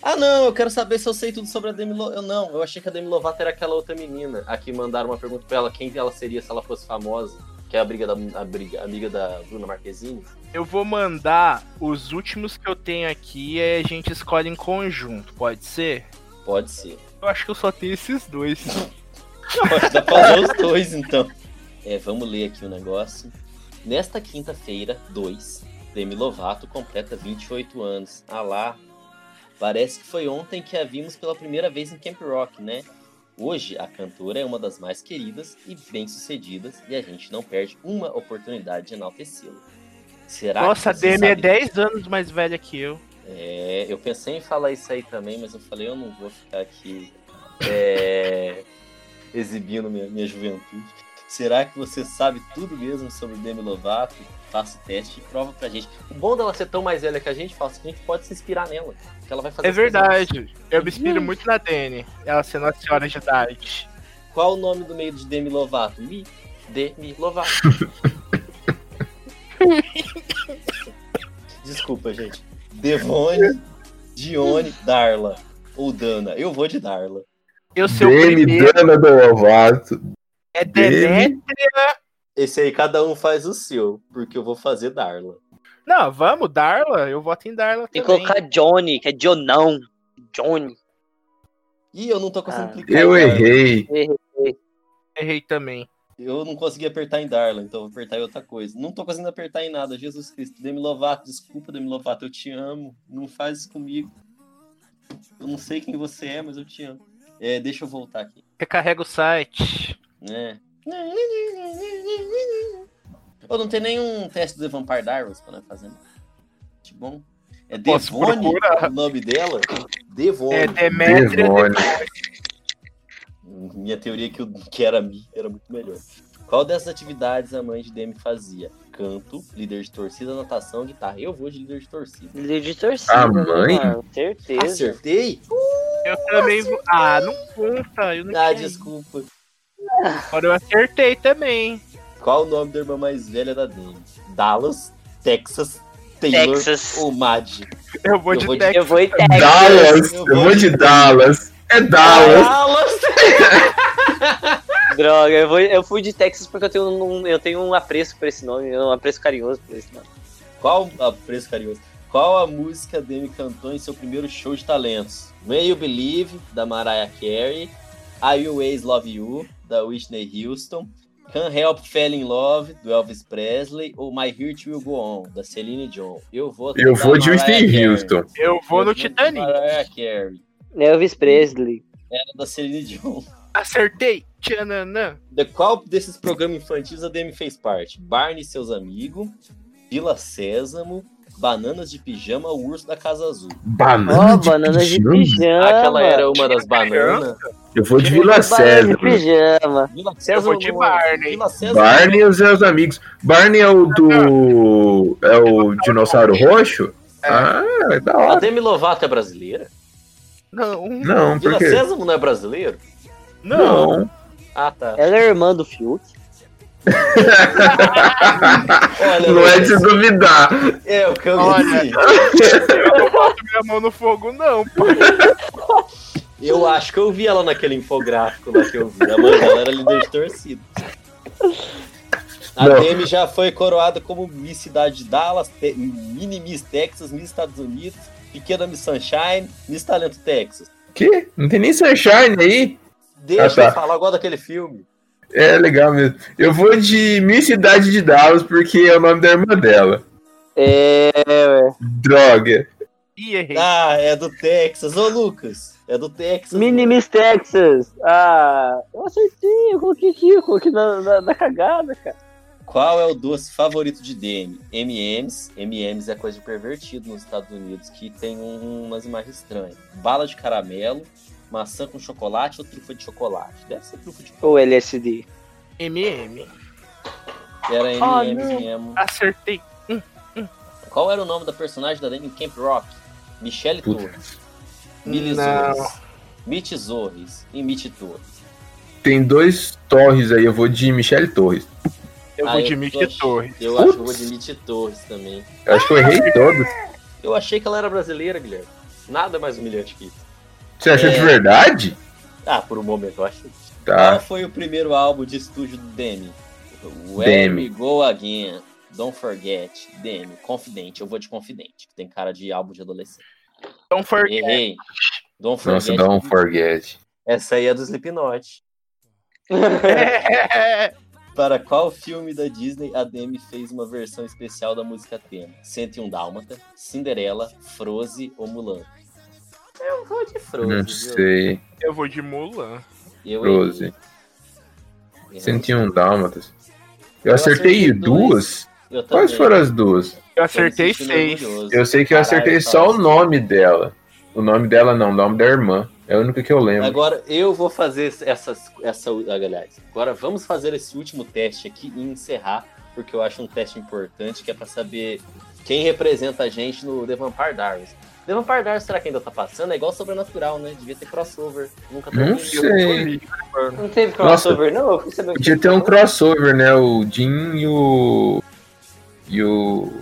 [SPEAKER 2] Ah, não, eu quero saber se eu sei tudo sobre a Demi Lovato. Eu não, eu achei que a Demi Lovato era aquela outra menina. Aqui mandaram uma pergunta pra ela, quem ela seria se ela fosse famosa, que é a briga da a briga, amiga da Bruna Marquezine.
[SPEAKER 4] Eu vou mandar os últimos que eu tenho aqui e aí a gente escolhe em conjunto, pode ser?
[SPEAKER 2] Pode ser.
[SPEAKER 4] Eu acho que eu só tenho esses dois.
[SPEAKER 2] Pode dar pra usar os dois, então. É, vamos ler aqui o negócio. Nesta quinta-feira, 2, Demi Lovato completa 28 anos. Ah lá, parece que foi ontem que a vimos pela primeira vez em Camp Rock, né? Hoje, a cantora é uma das mais queridas e bem-sucedidas e a gente não perde uma oportunidade de enaltecê-la. Será
[SPEAKER 4] Nossa, a
[SPEAKER 2] que Ah, você
[SPEAKER 4] DM é
[SPEAKER 2] sabe-
[SPEAKER 4] 10 anos mais velha que eu.
[SPEAKER 2] é, eu pensei em falar isso aí também, mas eu falei, eu não vou ficar aqui é, exibindo minha, minha juventude. Será que você sabe tudo mesmo sobre Demi Lovato? Faça o teste e prova pra gente. O bom dela ser tão mais velha que a gente, fala que a gente pode se inspirar nela. Que ela vai fazer
[SPEAKER 4] É
[SPEAKER 2] as coisas
[SPEAKER 4] verdade. Eu me inspiro muito na Dani. Ela ser Nossa Senhora de Idade.
[SPEAKER 2] mais. Qual o nome do meio de Demi Lovato? Mi, Demi Lovato. Desculpa, gente. Devone, Dione, Darla. Ou Dana. Eu vou de Darla.
[SPEAKER 4] Eu sou o
[SPEAKER 5] Demi
[SPEAKER 4] primeiro.
[SPEAKER 5] Dana do Lovato.
[SPEAKER 4] É Demetria.
[SPEAKER 2] Esse aí cada um faz o seu, porque eu vou fazer Darla.
[SPEAKER 4] Não, vamos, Darla. Eu voto em Darla
[SPEAKER 3] Tem que
[SPEAKER 4] também.
[SPEAKER 3] colocar Johnny, que é Johnão. Johnny.
[SPEAKER 2] Ih, eu não tô conseguindo
[SPEAKER 3] Ah.
[SPEAKER 4] É,
[SPEAKER 2] clicar.
[SPEAKER 5] Eu
[SPEAKER 2] em Darla.
[SPEAKER 5] errei.
[SPEAKER 4] Errei também.
[SPEAKER 2] Eu não consegui apertar em Darla, então eu vou apertar em outra coisa. Não tô conseguindo apertar em nada. Jesus Cristo, Demi Lovato, desculpa, Demi Lovato, eu te amo. Não faz isso comigo. Eu não sei quem você é, mas eu te amo. É, deixa eu voltar aqui.
[SPEAKER 4] Recarrega o site.
[SPEAKER 2] É. Pô, não tem nenhum teste do Vampire Diaries pra nós fazer. né? Que bom. É
[SPEAKER 4] Posso
[SPEAKER 2] Devone é
[SPEAKER 4] procurar?
[SPEAKER 2] o nome dela? Devone.
[SPEAKER 4] É Demetria.
[SPEAKER 5] Devone.
[SPEAKER 2] Minha teoria é que, o que era mim era muito melhor. Qual dessas atividades a mãe de Demi fazia? Canto, líder de torcida, natação, guitarra. Eu vou de líder de torcida.
[SPEAKER 3] Líder de torcida. né,
[SPEAKER 5] Ah, mãe?
[SPEAKER 3] mano, certeza.
[SPEAKER 2] Acertei?
[SPEAKER 4] Eu também vou. Ah, não conta. Eu não
[SPEAKER 2] Ah,
[SPEAKER 4] tinha
[SPEAKER 2] desculpa.
[SPEAKER 4] Agora eu acertei também.
[SPEAKER 2] Qual o nome da irmã mais velha da Demi? Dallas, Texas, Taylor
[SPEAKER 3] Texas.
[SPEAKER 2] ou Madge?
[SPEAKER 4] Eu vou
[SPEAKER 2] Eu
[SPEAKER 4] de
[SPEAKER 2] vou de-
[SPEAKER 4] Texas.
[SPEAKER 3] Ah, Eu vou em Texas.
[SPEAKER 5] Dallas.
[SPEAKER 2] Eu
[SPEAKER 5] Eu
[SPEAKER 2] vou
[SPEAKER 5] vou de Dallas. É Dallas.
[SPEAKER 2] Dallas!
[SPEAKER 3] Droga, eu, vou, eu fui de Texas porque eu tenho um, eu tenho um apreço por esse nome, um apreço carinhoso por esse nome.
[SPEAKER 2] Qual. Ah, preço carinhoso. Qual a música Demi cantou em seu primeiro show de talentos? May You Believe, da Mariah Carey. I Always Love You, da Whitney Houston. Can't Help Fell in Love, do Elvis Presley. Ou My Heart Will Go On, da Celine Dion. Eu vou,
[SPEAKER 5] Eu
[SPEAKER 2] da
[SPEAKER 5] vou de
[SPEAKER 2] Mariah
[SPEAKER 5] Whitney
[SPEAKER 2] Carey.
[SPEAKER 5] Houston.
[SPEAKER 4] Eu vou
[SPEAKER 2] Eu
[SPEAKER 4] no
[SPEAKER 2] de
[SPEAKER 4] Titanic.
[SPEAKER 2] Mariah Carey.
[SPEAKER 3] Elvis Presley.
[SPEAKER 2] Era da Celine Dion.
[SPEAKER 4] Acertei. Tchananã.
[SPEAKER 2] De qual desses programas infantis a Demi fez parte? Barney e seus amigos, Vila Sésamo, Bananas de Pijama, o Urso da Casa Azul.
[SPEAKER 3] Ó,
[SPEAKER 5] Banana de
[SPEAKER 3] banana de
[SPEAKER 5] pijama?
[SPEAKER 3] pijama.
[SPEAKER 2] Aquela era uma das bananas.
[SPEAKER 5] Eu vou de
[SPEAKER 3] Banana
[SPEAKER 5] Vila César.
[SPEAKER 3] de pijama.
[SPEAKER 2] Vila
[SPEAKER 4] Eu vou de Barney.
[SPEAKER 2] Vila César.
[SPEAKER 5] Barney e os seus amigos. Barney é o do. É o dinossauro roxo? Ah, é da
[SPEAKER 2] A
[SPEAKER 5] hora.
[SPEAKER 2] Demi Lovato é brasileira?
[SPEAKER 4] Não, um-
[SPEAKER 5] Não, por
[SPEAKER 2] Vila
[SPEAKER 5] quê?
[SPEAKER 2] Sésamo não é brasileiro?
[SPEAKER 4] não.
[SPEAKER 2] Ah, tá.
[SPEAKER 3] Ela é irmã do Fiuk.
[SPEAKER 2] Olha,
[SPEAKER 5] Não é
[SPEAKER 2] Lucas,
[SPEAKER 5] de duvidar.
[SPEAKER 2] É, o Cambisi.
[SPEAKER 4] Eu não boto minha mão no fogo, não. pô.
[SPEAKER 2] Eu acho que eu vi ela naquele infográfico lá que eu vi. A mãe dela era líder de torcida. A
[SPEAKER 5] Não.
[SPEAKER 2] Demi já foi coroada como Miss Cidade de Dallas, Te- Mini Miss Texas, Miss Estados Unidos, Pequena Miss Sunshine, Miss Talento Texas.
[SPEAKER 5] Que? Não tem nem Sunshine aí?
[SPEAKER 2] Deixa
[SPEAKER 5] Ah, tá.
[SPEAKER 2] eu falar agora daquele filme.
[SPEAKER 5] É legal mesmo. Eu vou de Miss Cidade de Dallas porque é o nome da irmã dela.
[SPEAKER 3] É, ué.
[SPEAKER 5] Droga.
[SPEAKER 4] Ih, errei.
[SPEAKER 2] Ah, é do Texas. Ô, Lucas, é do Texas.
[SPEAKER 3] Mini Miss Texas. Ah, eu acertei, eu coloquei aqui, eu coloquei na, na- na cagada, cara.
[SPEAKER 2] Qual é o doce favorito de Demi? M&M's. M&M's é coisa de pervertido nos Estados Unidos, que tem um- umas imagens estranhas. Bala de caramelo, maçã com chocolate ou trufa de chocolate? Deve ser trufa de
[SPEAKER 3] Ou LSD.
[SPEAKER 4] MM.
[SPEAKER 2] chocolate. Era
[SPEAKER 3] Ah,
[SPEAKER 2] M&M's
[SPEAKER 3] não.
[SPEAKER 2] mesmo.
[SPEAKER 4] Acertei.
[SPEAKER 2] Qual era o nome da personagem da Demi em Camp Rock? Michelle
[SPEAKER 5] Puta.
[SPEAKER 2] Torres. Billy
[SPEAKER 4] Não.
[SPEAKER 2] Zorres. Mitch Zorres e Mitch Torres.
[SPEAKER 5] Tem dois Torres aí. Eu vou de Michelle Torres.
[SPEAKER 4] Eu
[SPEAKER 2] Ah,
[SPEAKER 4] vou de Mickey
[SPEAKER 2] tô-
[SPEAKER 4] Torres.
[SPEAKER 2] Eu acho que eu vou de Mitch Torres também.
[SPEAKER 5] Eu acho que eu errei todos.
[SPEAKER 2] Eu achei que ela era brasileira, Guilherme. Nada mais humilhante que isso.
[SPEAKER 5] Você achou de
[SPEAKER 2] É.
[SPEAKER 5] verdade?
[SPEAKER 2] Ah, por um momento, eu achei. Qual
[SPEAKER 5] Tá.
[SPEAKER 2] foi o primeiro álbum de estúdio do Demi? Where
[SPEAKER 5] Demi.
[SPEAKER 2] We Go Again, Don't Forget, Demi, Confidente. Eu vou de Confidente, que tem cara de álbum de adolescente.
[SPEAKER 4] Então foi.
[SPEAKER 2] Errei. Don't
[SPEAKER 5] Nossa,
[SPEAKER 2] Forget.
[SPEAKER 5] dá um forget.
[SPEAKER 2] Essa aí é do Slipknot.
[SPEAKER 4] É,
[SPEAKER 2] Para qual filme da Disney a Demi fez uma versão especial da música tema? 101 Dálmata, Cinderela, Froze ou Mulan? Eu vou de Froze.
[SPEAKER 5] Não sei.
[SPEAKER 4] eu vou de Mulan.
[SPEAKER 2] Eu
[SPEAKER 5] Frozen.
[SPEAKER 2] errei.
[SPEAKER 5] 101 dálmatas. Eu
[SPEAKER 2] Eu
[SPEAKER 5] acertei
[SPEAKER 2] acertei
[SPEAKER 5] duas?
[SPEAKER 2] Eu também.
[SPEAKER 5] Quais foram as duas?
[SPEAKER 4] Eu acertei
[SPEAKER 2] Tô me
[SPEAKER 4] seis.
[SPEAKER 2] sentindo orgulhoso.
[SPEAKER 5] Eu sei que eu
[SPEAKER 2] Caralho,
[SPEAKER 5] acertei
[SPEAKER 2] fala.
[SPEAKER 5] só o nome dela. O nome dela não, o nome da irmã. É o único que eu lembro.
[SPEAKER 2] Agora eu vou fazer essas, essa, aliás, agora vamos fazer esse último teste aqui e encerrar, porque eu acho um teste importante que é pra saber quem representa a gente no The Vampire Diaries. The Vampire Diaries, será que ainda tá passando? É igual Sobrenatural, né? Devia ter crossover. Nunca
[SPEAKER 5] Não
[SPEAKER 2] teve.
[SPEAKER 5] sei.
[SPEAKER 3] Não teve
[SPEAKER 5] crossover,
[SPEAKER 3] não? Eu fui saber
[SPEAKER 5] Podia ter um crossover, né? O Jim e o. E o.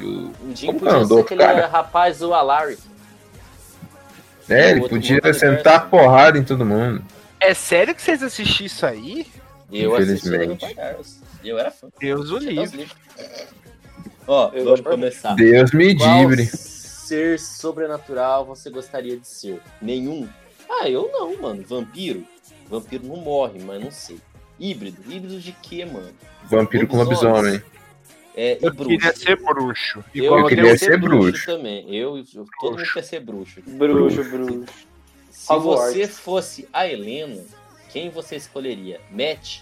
[SPEAKER 5] E o...
[SPEAKER 2] Um dia
[SPEAKER 5] Como
[SPEAKER 2] podia
[SPEAKER 5] não,
[SPEAKER 2] ser
[SPEAKER 5] do
[SPEAKER 2] aquele
[SPEAKER 5] cara?
[SPEAKER 2] rapaz o Alaric.
[SPEAKER 5] É,
[SPEAKER 2] Outro né?
[SPEAKER 5] ele podia
[SPEAKER 2] multiverso.
[SPEAKER 5] sentar a porrada em todo mundo.
[SPEAKER 4] É sério que vocês assistiram isso aí?
[SPEAKER 2] Eu assisti The
[SPEAKER 5] Infelizmente.
[SPEAKER 2] Vampire Diaries. Eu era fã.
[SPEAKER 4] Deus o
[SPEAKER 2] Tinha até os
[SPEAKER 4] livre.
[SPEAKER 2] livros. Ó,
[SPEAKER 3] Eu
[SPEAKER 2] vamos
[SPEAKER 3] gosto.
[SPEAKER 2] começar.
[SPEAKER 5] Deus me
[SPEAKER 2] Ah. Qual
[SPEAKER 5] livre.
[SPEAKER 2] ser sobrenatural você gostaria de ser? Nenhum? Ah, eu não, mano. Vampiro? Vampiro não morre, mas não sei. Híbrido? Híbrido de quê, mano?
[SPEAKER 5] Vampiro com lobisomem.
[SPEAKER 2] Lobisomens. É, e
[SPEAKER 4] Eu
[SPEAKER 2] bruxo.
[SPEAKER 4] queria ser bruxo.
[SPEAKER 2] Eu
[SPEAKER 4] Igual
[SPEAKER 5] Eu
[SPEAKER 4] eu
[SPEAKER 5] queria
[SPEAKER 4] Deus.
[SPEAKER 5] ser bruxo.
[SPEAKER 2] também. Eu, eu- todo mundo quer ser bruxo.
[SPEAKER 3] Bruxo, bruxo.
[SPEAKER 2] Se
[SPEAKER 3] Hogwarts.
[SPEAKER 2] você fosse a Helena, quem você escolheria? Matt?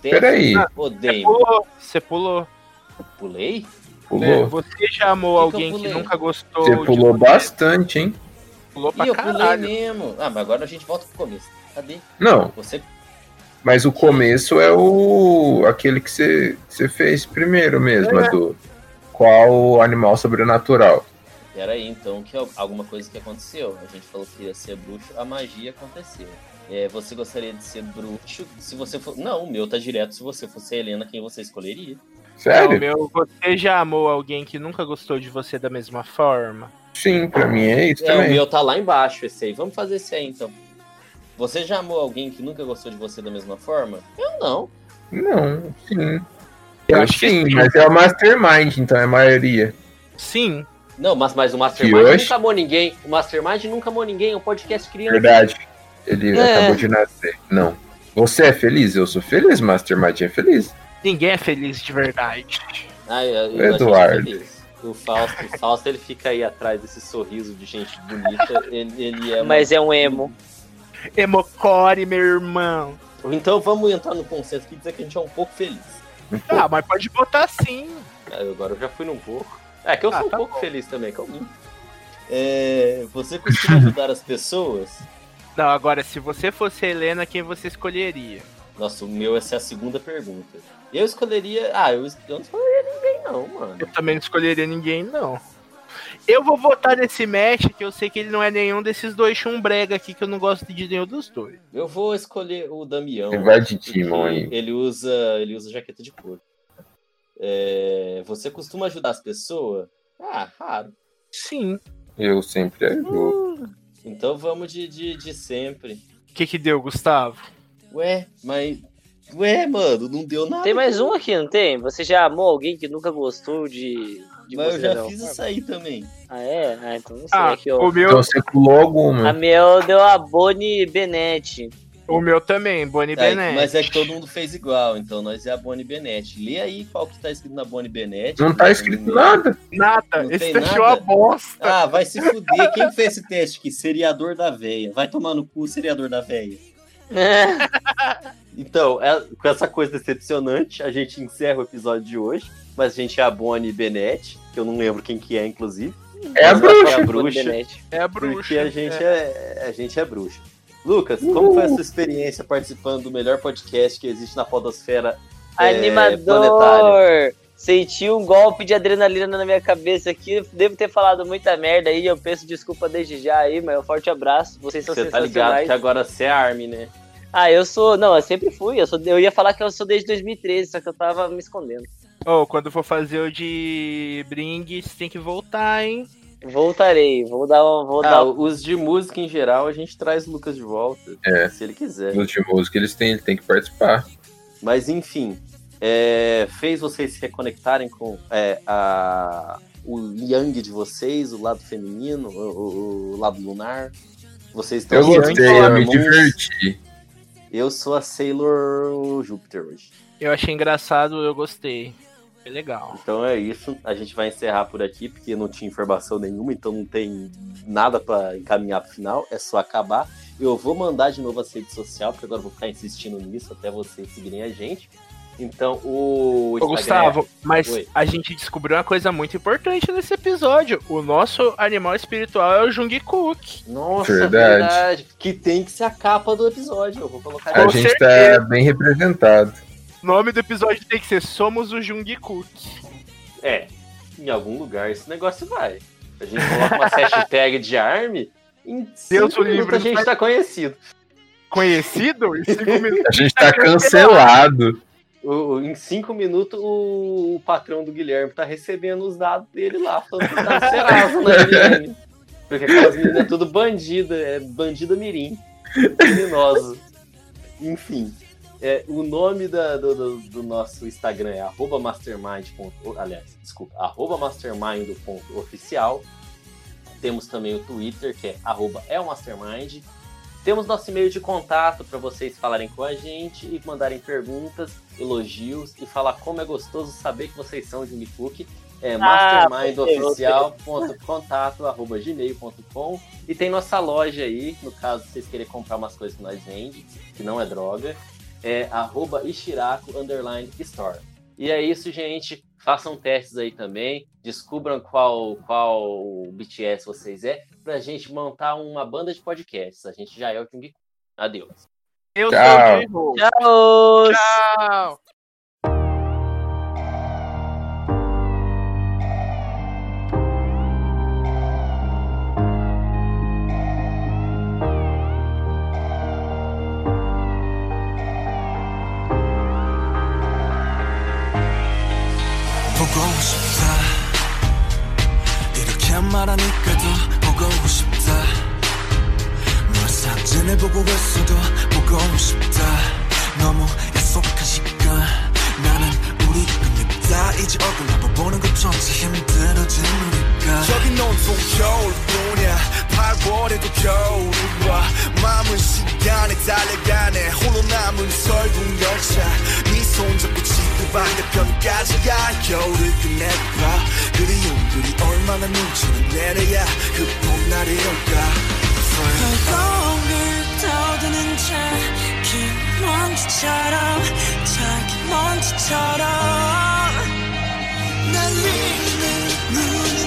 [SPEAKER 5] Peraí,
[SPEAKER 2] Stephanie ou
[SPEAKER 4] É
[SPEAKER 2] Damon?
[SPEAKER 4] Pulou, Você pulou.
[SPEAKER 2] Pulei?
[SPEAKER 4] né?
[SPEAKER 5] pulou.
[SPEAKER 4] Você já amou
[SPEAKER 2] Que que eu
[SPEAKER 4] alguém que
[SPEAKER 2] pulei?
[SPEAKER 4] nunca gostou.
[SPEAKER 5] Você
[SPEAKER 4] de
[SPEAKER 5] pulou
[SPEAKER 4] você?
[SPEAKER 5] bastante, hein?
[SPEAKER 4] Pulou
[SPEAKER 2] Ih,
[SPEAKER 4] pra
[SPEAKER 2] eu pulei
[SPEAKER 4] caralho.
[SPEAKER 2] mesmo. Ah, mas agora a gente volta pro começo. Cadê?
[SPEAKER 5] Não,
[SPEAKER 2] Você
[SPEAKER 5] mas o começo é o. aquele que você, que você fez primeiro mesmo, é do. Qual animal sobrenatural?
[SPEAKER 2] Pera aí, então, que al- alguma coisa que aconteceu. A gente falou que ia ser bruxo, a magia aconteceu. É, você gostaria de ser bruxo? Se você for. Não, o meu tá direto. Se você fosse a Helena, quem você escolheria?
[SPEAKER 4] Não,
[SPEAKER 5] Sério?
[SPEAKER 4] É meu, você já amou alguém que nunca gostou de você da mesma forma?
[SPEAKER 5] Sim, pra mim é isso
[SPEAKER 2] É, o
[SPEAKER 5] também.
[SPEAKER 2] meu tá lá embaixo, esse aí. Vamos fazer esse aí, então. Você já amou alguém que nunca gostou de você da mesma forma? Eu não.
[SPEAKER 5] Não, sim.
[SPEAKER 4] Eu
[SPEAKER 5] Eu
[SPEAKER 4] acho
[SPEAKER 5] acho
[SPEAKER 4] que
[SPEAKER 5] sim,
[SPEAKER 4] sim.
[SPEAKER 5] mas é o Mastermind, então é a maioria.
[SPEAKER 4] Sim.
[SPEAKER 2] Não, mas, mas o Mastermind
[SPEAKER 5] E hoje?
[SPEAKER 2] nunca amou ninguém. O Mastermind nunca amou ninguém. É um podcast criança.
[SPEAKER 5] Verdade. Ele
[SPEAKER 3] É.
[SPEAKER 5] acabou de nascer. Não. Você é feliz? Eu sou feliz, Mastermind é feliz.
[SPEAKER 4] Ninguém é feliz de verdade.
[SPEAKER 2] Ah, eu- eu achei
[SPEAKER 5] Eduardo.
[SPEAKER 2] feliz. O Fausto, o Fausto, ele fica aí atrás desse sorriso de gente bonita. Ele, ele é uma
[SPEAKER 3] Mas é um emo.
[SPEAKER 4] Emocore, meu irmão.
[SPEAKER 2] Então vamos entrar no consenso aqui e dizer que a gente é um pouco feliz.
[SPEAKER 4] Ah, mas pode botar sim.
[SPEAKER 2] Ah, Agora eu já fui num pouco. É que eu
[SPEAKER 4] Ah,
[SPEAKER 2] sou um
[SPEAKER 4] tá
[SPEAKER 2] pouco feliz também, calma. É, você costuma ajudar as pessoas?
[SPEAKER 4] Não, agora, se você fosse Helena, quem você escolheria?
[SPEAKER 2] Nossa, o meu, essa é a segunda pergunta. Eu escolheria. Ah, eu, es- eu não escolheria ninguém, não, mano.
[SPEAKER 4] Eu também não escolheria ninguém, não. Eu vou votar nesse match, que eu sei que ele não é nenhum desses dois chumbrega aqui, que eu não gosto de nenhum dos dois.
[SPEAKER 2] Eu vou escolher o Damião.
[SPEAKER 5] Ele vai de
[SPEAKER 2] porque
[SPEAKER 5] Timon aí.
[SPEAKER 2] Ele usa, ele usa jaqueta de couro. É, você costuma ajudar as pessoas? Ah, raro.
[SPEAKER 4] Sim.
[SPEAKER 5] Eu sempre ajudo.
[SPEAKER 2] Então vamos de, de, de sempre.
[SPEAKER 4] O que que deu, Gustavo?
[SPEAKER 2] Ué, mas. Ué, mano, não deu nada.
[SPEAKER 3] Tem mais um aqui, não tem? Você já amou alguém que nunca gostou de, de
[SPEAKER 2] Mas
[SPEAKER 3] você,
[SPEAKER 2] eu já
[SPEAKER 3] não?
[SPEAKER 2] fiz um. isso aí também.
[SPEAKER 3] Ah, é? Ah, então não sei.
[SPEAKER 4] Ah,
[SPEAKER 3] aqui, ó.
[SPEAKER 4] o meu,
[SPEAKER 5] Então você pulou alguma.
[SPEAKER 3] A Miel deu a Bonnie Benetti.
[SPEAKER 4] o meu também, Bonnie
[SPEAKER 2] Aí,
[SPEAKER 4] Benet.
[SPEAKER 2] mas é que todo mundo fez igual, então nós é a Bonnie Bennett. Lê aí qual que tá escrito na Bonnie Bennett.
[SPEAKER 5] Não tá escrito nada.
[SPEAKER 4] Nada,
[SPEAKER 2] Não
[SPEAKER 4] esse
[SPEAKER 2] tem
[SPEAKER 4] teste é
[SPEAKER 2] nada?
[SPEAKER 4] uma bosta.
[SPEAKER 2] Ah, vai se fuder. Quem fez esse teste aqui? Seriador da veia. Vai tomar no cu, seriador da veia. Então, é- com essa coisa decepcionante, a gente encerra o episódio de hoje. Mas a gente é a Bonnie Bennett, que eu não lembro quem que é, inclusive.
[SPEAKER 5] É a
[SPEAKER 2] Mas vai ser
[SPEAKER 5] bruxa.
[SPEAKER 2] A bruxa.
[SPEAKER 3] Benetti.
[SPEAKER 4] É a bruxa.
[SPEAKER 2] Porque a gente é, a gente é bruxa. Lucas, como foi a sua experiência participando do melhor podcast que existe na podosfera? é, planetária?
[SPEAKER 3] Animador! Senti um golpe de adrenalina na minha cabeça aqui. Devo ter falado muita merda aí. Eu peço desculpa desde já aí, mas um forte abraço. Vocês são
[SPEAKER 2] Você tá
[SPEAKER 3] sensacionais.
[SPEAKER 2] ligado que agora você é Armin, né?
[SPEAKER 3] Ah, eu sou. Não, eu sempre fui. Eu, sou... eu ia falar que eu sou desde 2013, só que eu tava me escondendo.
[SPEAKER 4] Oh, quando for fazer o de Bring, você tem que voltar, hein?
[SPEAKER 3] Voltarei, vou dar um. Vou
[SPEAKER 2] Ah,
[SPEAKER 3] dar um...
[SPEAKER 2] os de música em geral, a gente traz o Lucas de volta,
[SPEAKER 5] É.
[SPEAKER 2] se ele quiser.
[SPEAKER 5] Os de música eles têm, ele tem que participar.
[SPEAKER 2] Mas enfim, é, fez vocês se reconectarem com é, a- o yang de vocês, o lado feminino, o, o- o lado lunar. Vocês estão
[SPEAKER 5] Eu
[SPEAKER 2] sentindo
[SPEAKER 5] gostei, eu
[SPEAKER 2] hormônios?
[SPEAKER 5] me diverti.
[SPEAKER 2] Eu sou a Sailor Júpiter hoje.
[SPEAKER 4] Eu achei engraçado, eu gostei. Foi legal.
[SPEAKER 2] Então é isso. A gente vai encerrar por aqui, porque não tinha informação nenhuma, então não tem nada pra encaminhar pro final, é só acabar. Eu vou mandar de novo a rede social, porque agora eu vou ficar insistindo nisso até vocês seguirem a gente. Então o.
[SPEAKER 4] Ô,
[SPEAKER 2] Instagram é-
[SPEAKER 4] Gustavo, mas
[SPEAKER 2] Oi.
[SPEAKER 4] a gente descobriu uma coisa muito importante nesse episódio. O nosso animal espiritual é o Jung Cook.
[SPEAKER 2] Nossa, verdade.
[SPEAKER 5] Verdade.
[SPEAKER 2] Que tem que ser a capa do episódio. Eu vou colocar
[SPEAKER 5] A
[SPEAKER 4] Com
[SPEAKER 2] aqui.
[SPEAKER 5] gente tá
[SPEAKER 4] certeza.
[SPEAKER 5] bem representado.
[SPEAKER 4] O nome do episódio tem que ser Somos o Jung Cook.
[SPEAKER 2] É, em algum lugar esse negócio vai. A gente coloca uma hashtag de arme. Em
[SPEAKER 4] Deus
[SPEAKER 2] cinco
[SPEAKER 4] o livre,
[SPEAKER 2] minutos a gente
[SPEAKER 4] vai-
[SPEAKER 2] tá conhecido.
[SPEAKER 4] Conhecido? Em cinco minutos.
[SPEAKER 5] A gente tá cancelado.
[SPEAKER 2] O- o- em cinco minutos o, o patrão do Guilherme tá recebendo os dados dele lá, falando que tá no Serasa, né, Guilherme? Porque aquelas meninas é tudo bandida, é bandida mirim, criminoso. Enfim, é, o nome da- do, do- do nosso Instagram é arroba mastermind. Aliás, desculpa, arroba mastermind.oficial. Temos também o Twitter, que é arroba é o mastermind. Temos nosso e-mail de contato para vocês falarem com a gente e mandarem perguntas, elogios e falar como é gostoso saber que vocês são de Unicook. É
[SPEAKER 3] Ah,
[SPEAKER 2] mastermindoficial.contato.gmail.com E tem nossa loja aí, no caso vocês querem comprar umas coisas que nós vende, que não é droga. É arroba Ishiraku underline store. E é isso, gente. Façam testes aí também. Descubram qual, qual BTS vocês é pra gente montar uma banda de podcasts. A gente já é o Jung. Adeus.
[SPEAKER 4] Eu
[SPEAKER 5] Tchau.
[SPEAKER 4] sou o Jung
[SPEAKER 3] Tchau!
[SPEAKER 4] Tchau!
[SPEAKER 1] 보고 싶다 이렇게 말하니까도 보고 싶다 널 사진을 보고 있어도 보고 싶다 너무 약속한 시간 나는 우리 끝냅다 이제 얼굴 한번 보는 것조차 힘들어진 우리가
[SPEAKER 6] 여긴 온통 겨울뿐이야 8월에도 겨울이 와 마음은 시간에 달려가네 홀로 남은 설국 열차 네 손 잡고 지구 반대편까지 가 겨울을 끝내봐 그리움들이 얼마나 눈치를 내려야 그 봄날이 올까
[SPEAKER 1] 활동을 떠드는 자긴 먼지처럼 자기 먼지처럼 날 믿는 누구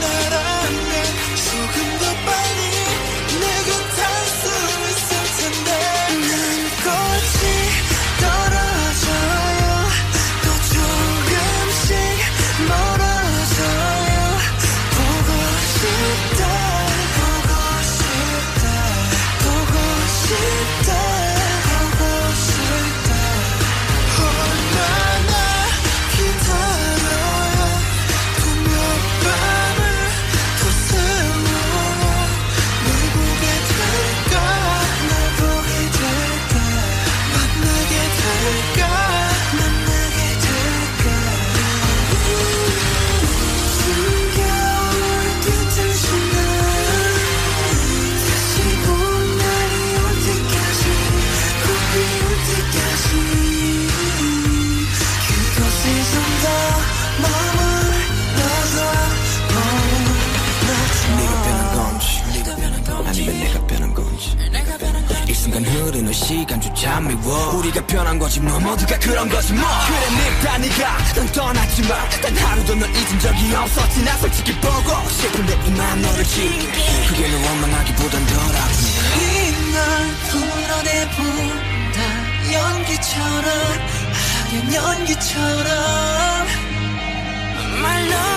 [SPEAKER 6] 순간 흐르는 시간조차 미워 우리가 변한 거지 뭐 모두가 그런 거지 뭐 그래 늙다 네가 난 떠났지만 단 하루도 널 잊은 적이 없었지 나 솔직히 보고 싶은데 이만 너를 지게 그게 널 원망하기보단 덜 아프네
[SPEAKER 1] 이날 불러내본다 연기처럼 하얀 연기처럼 말로 그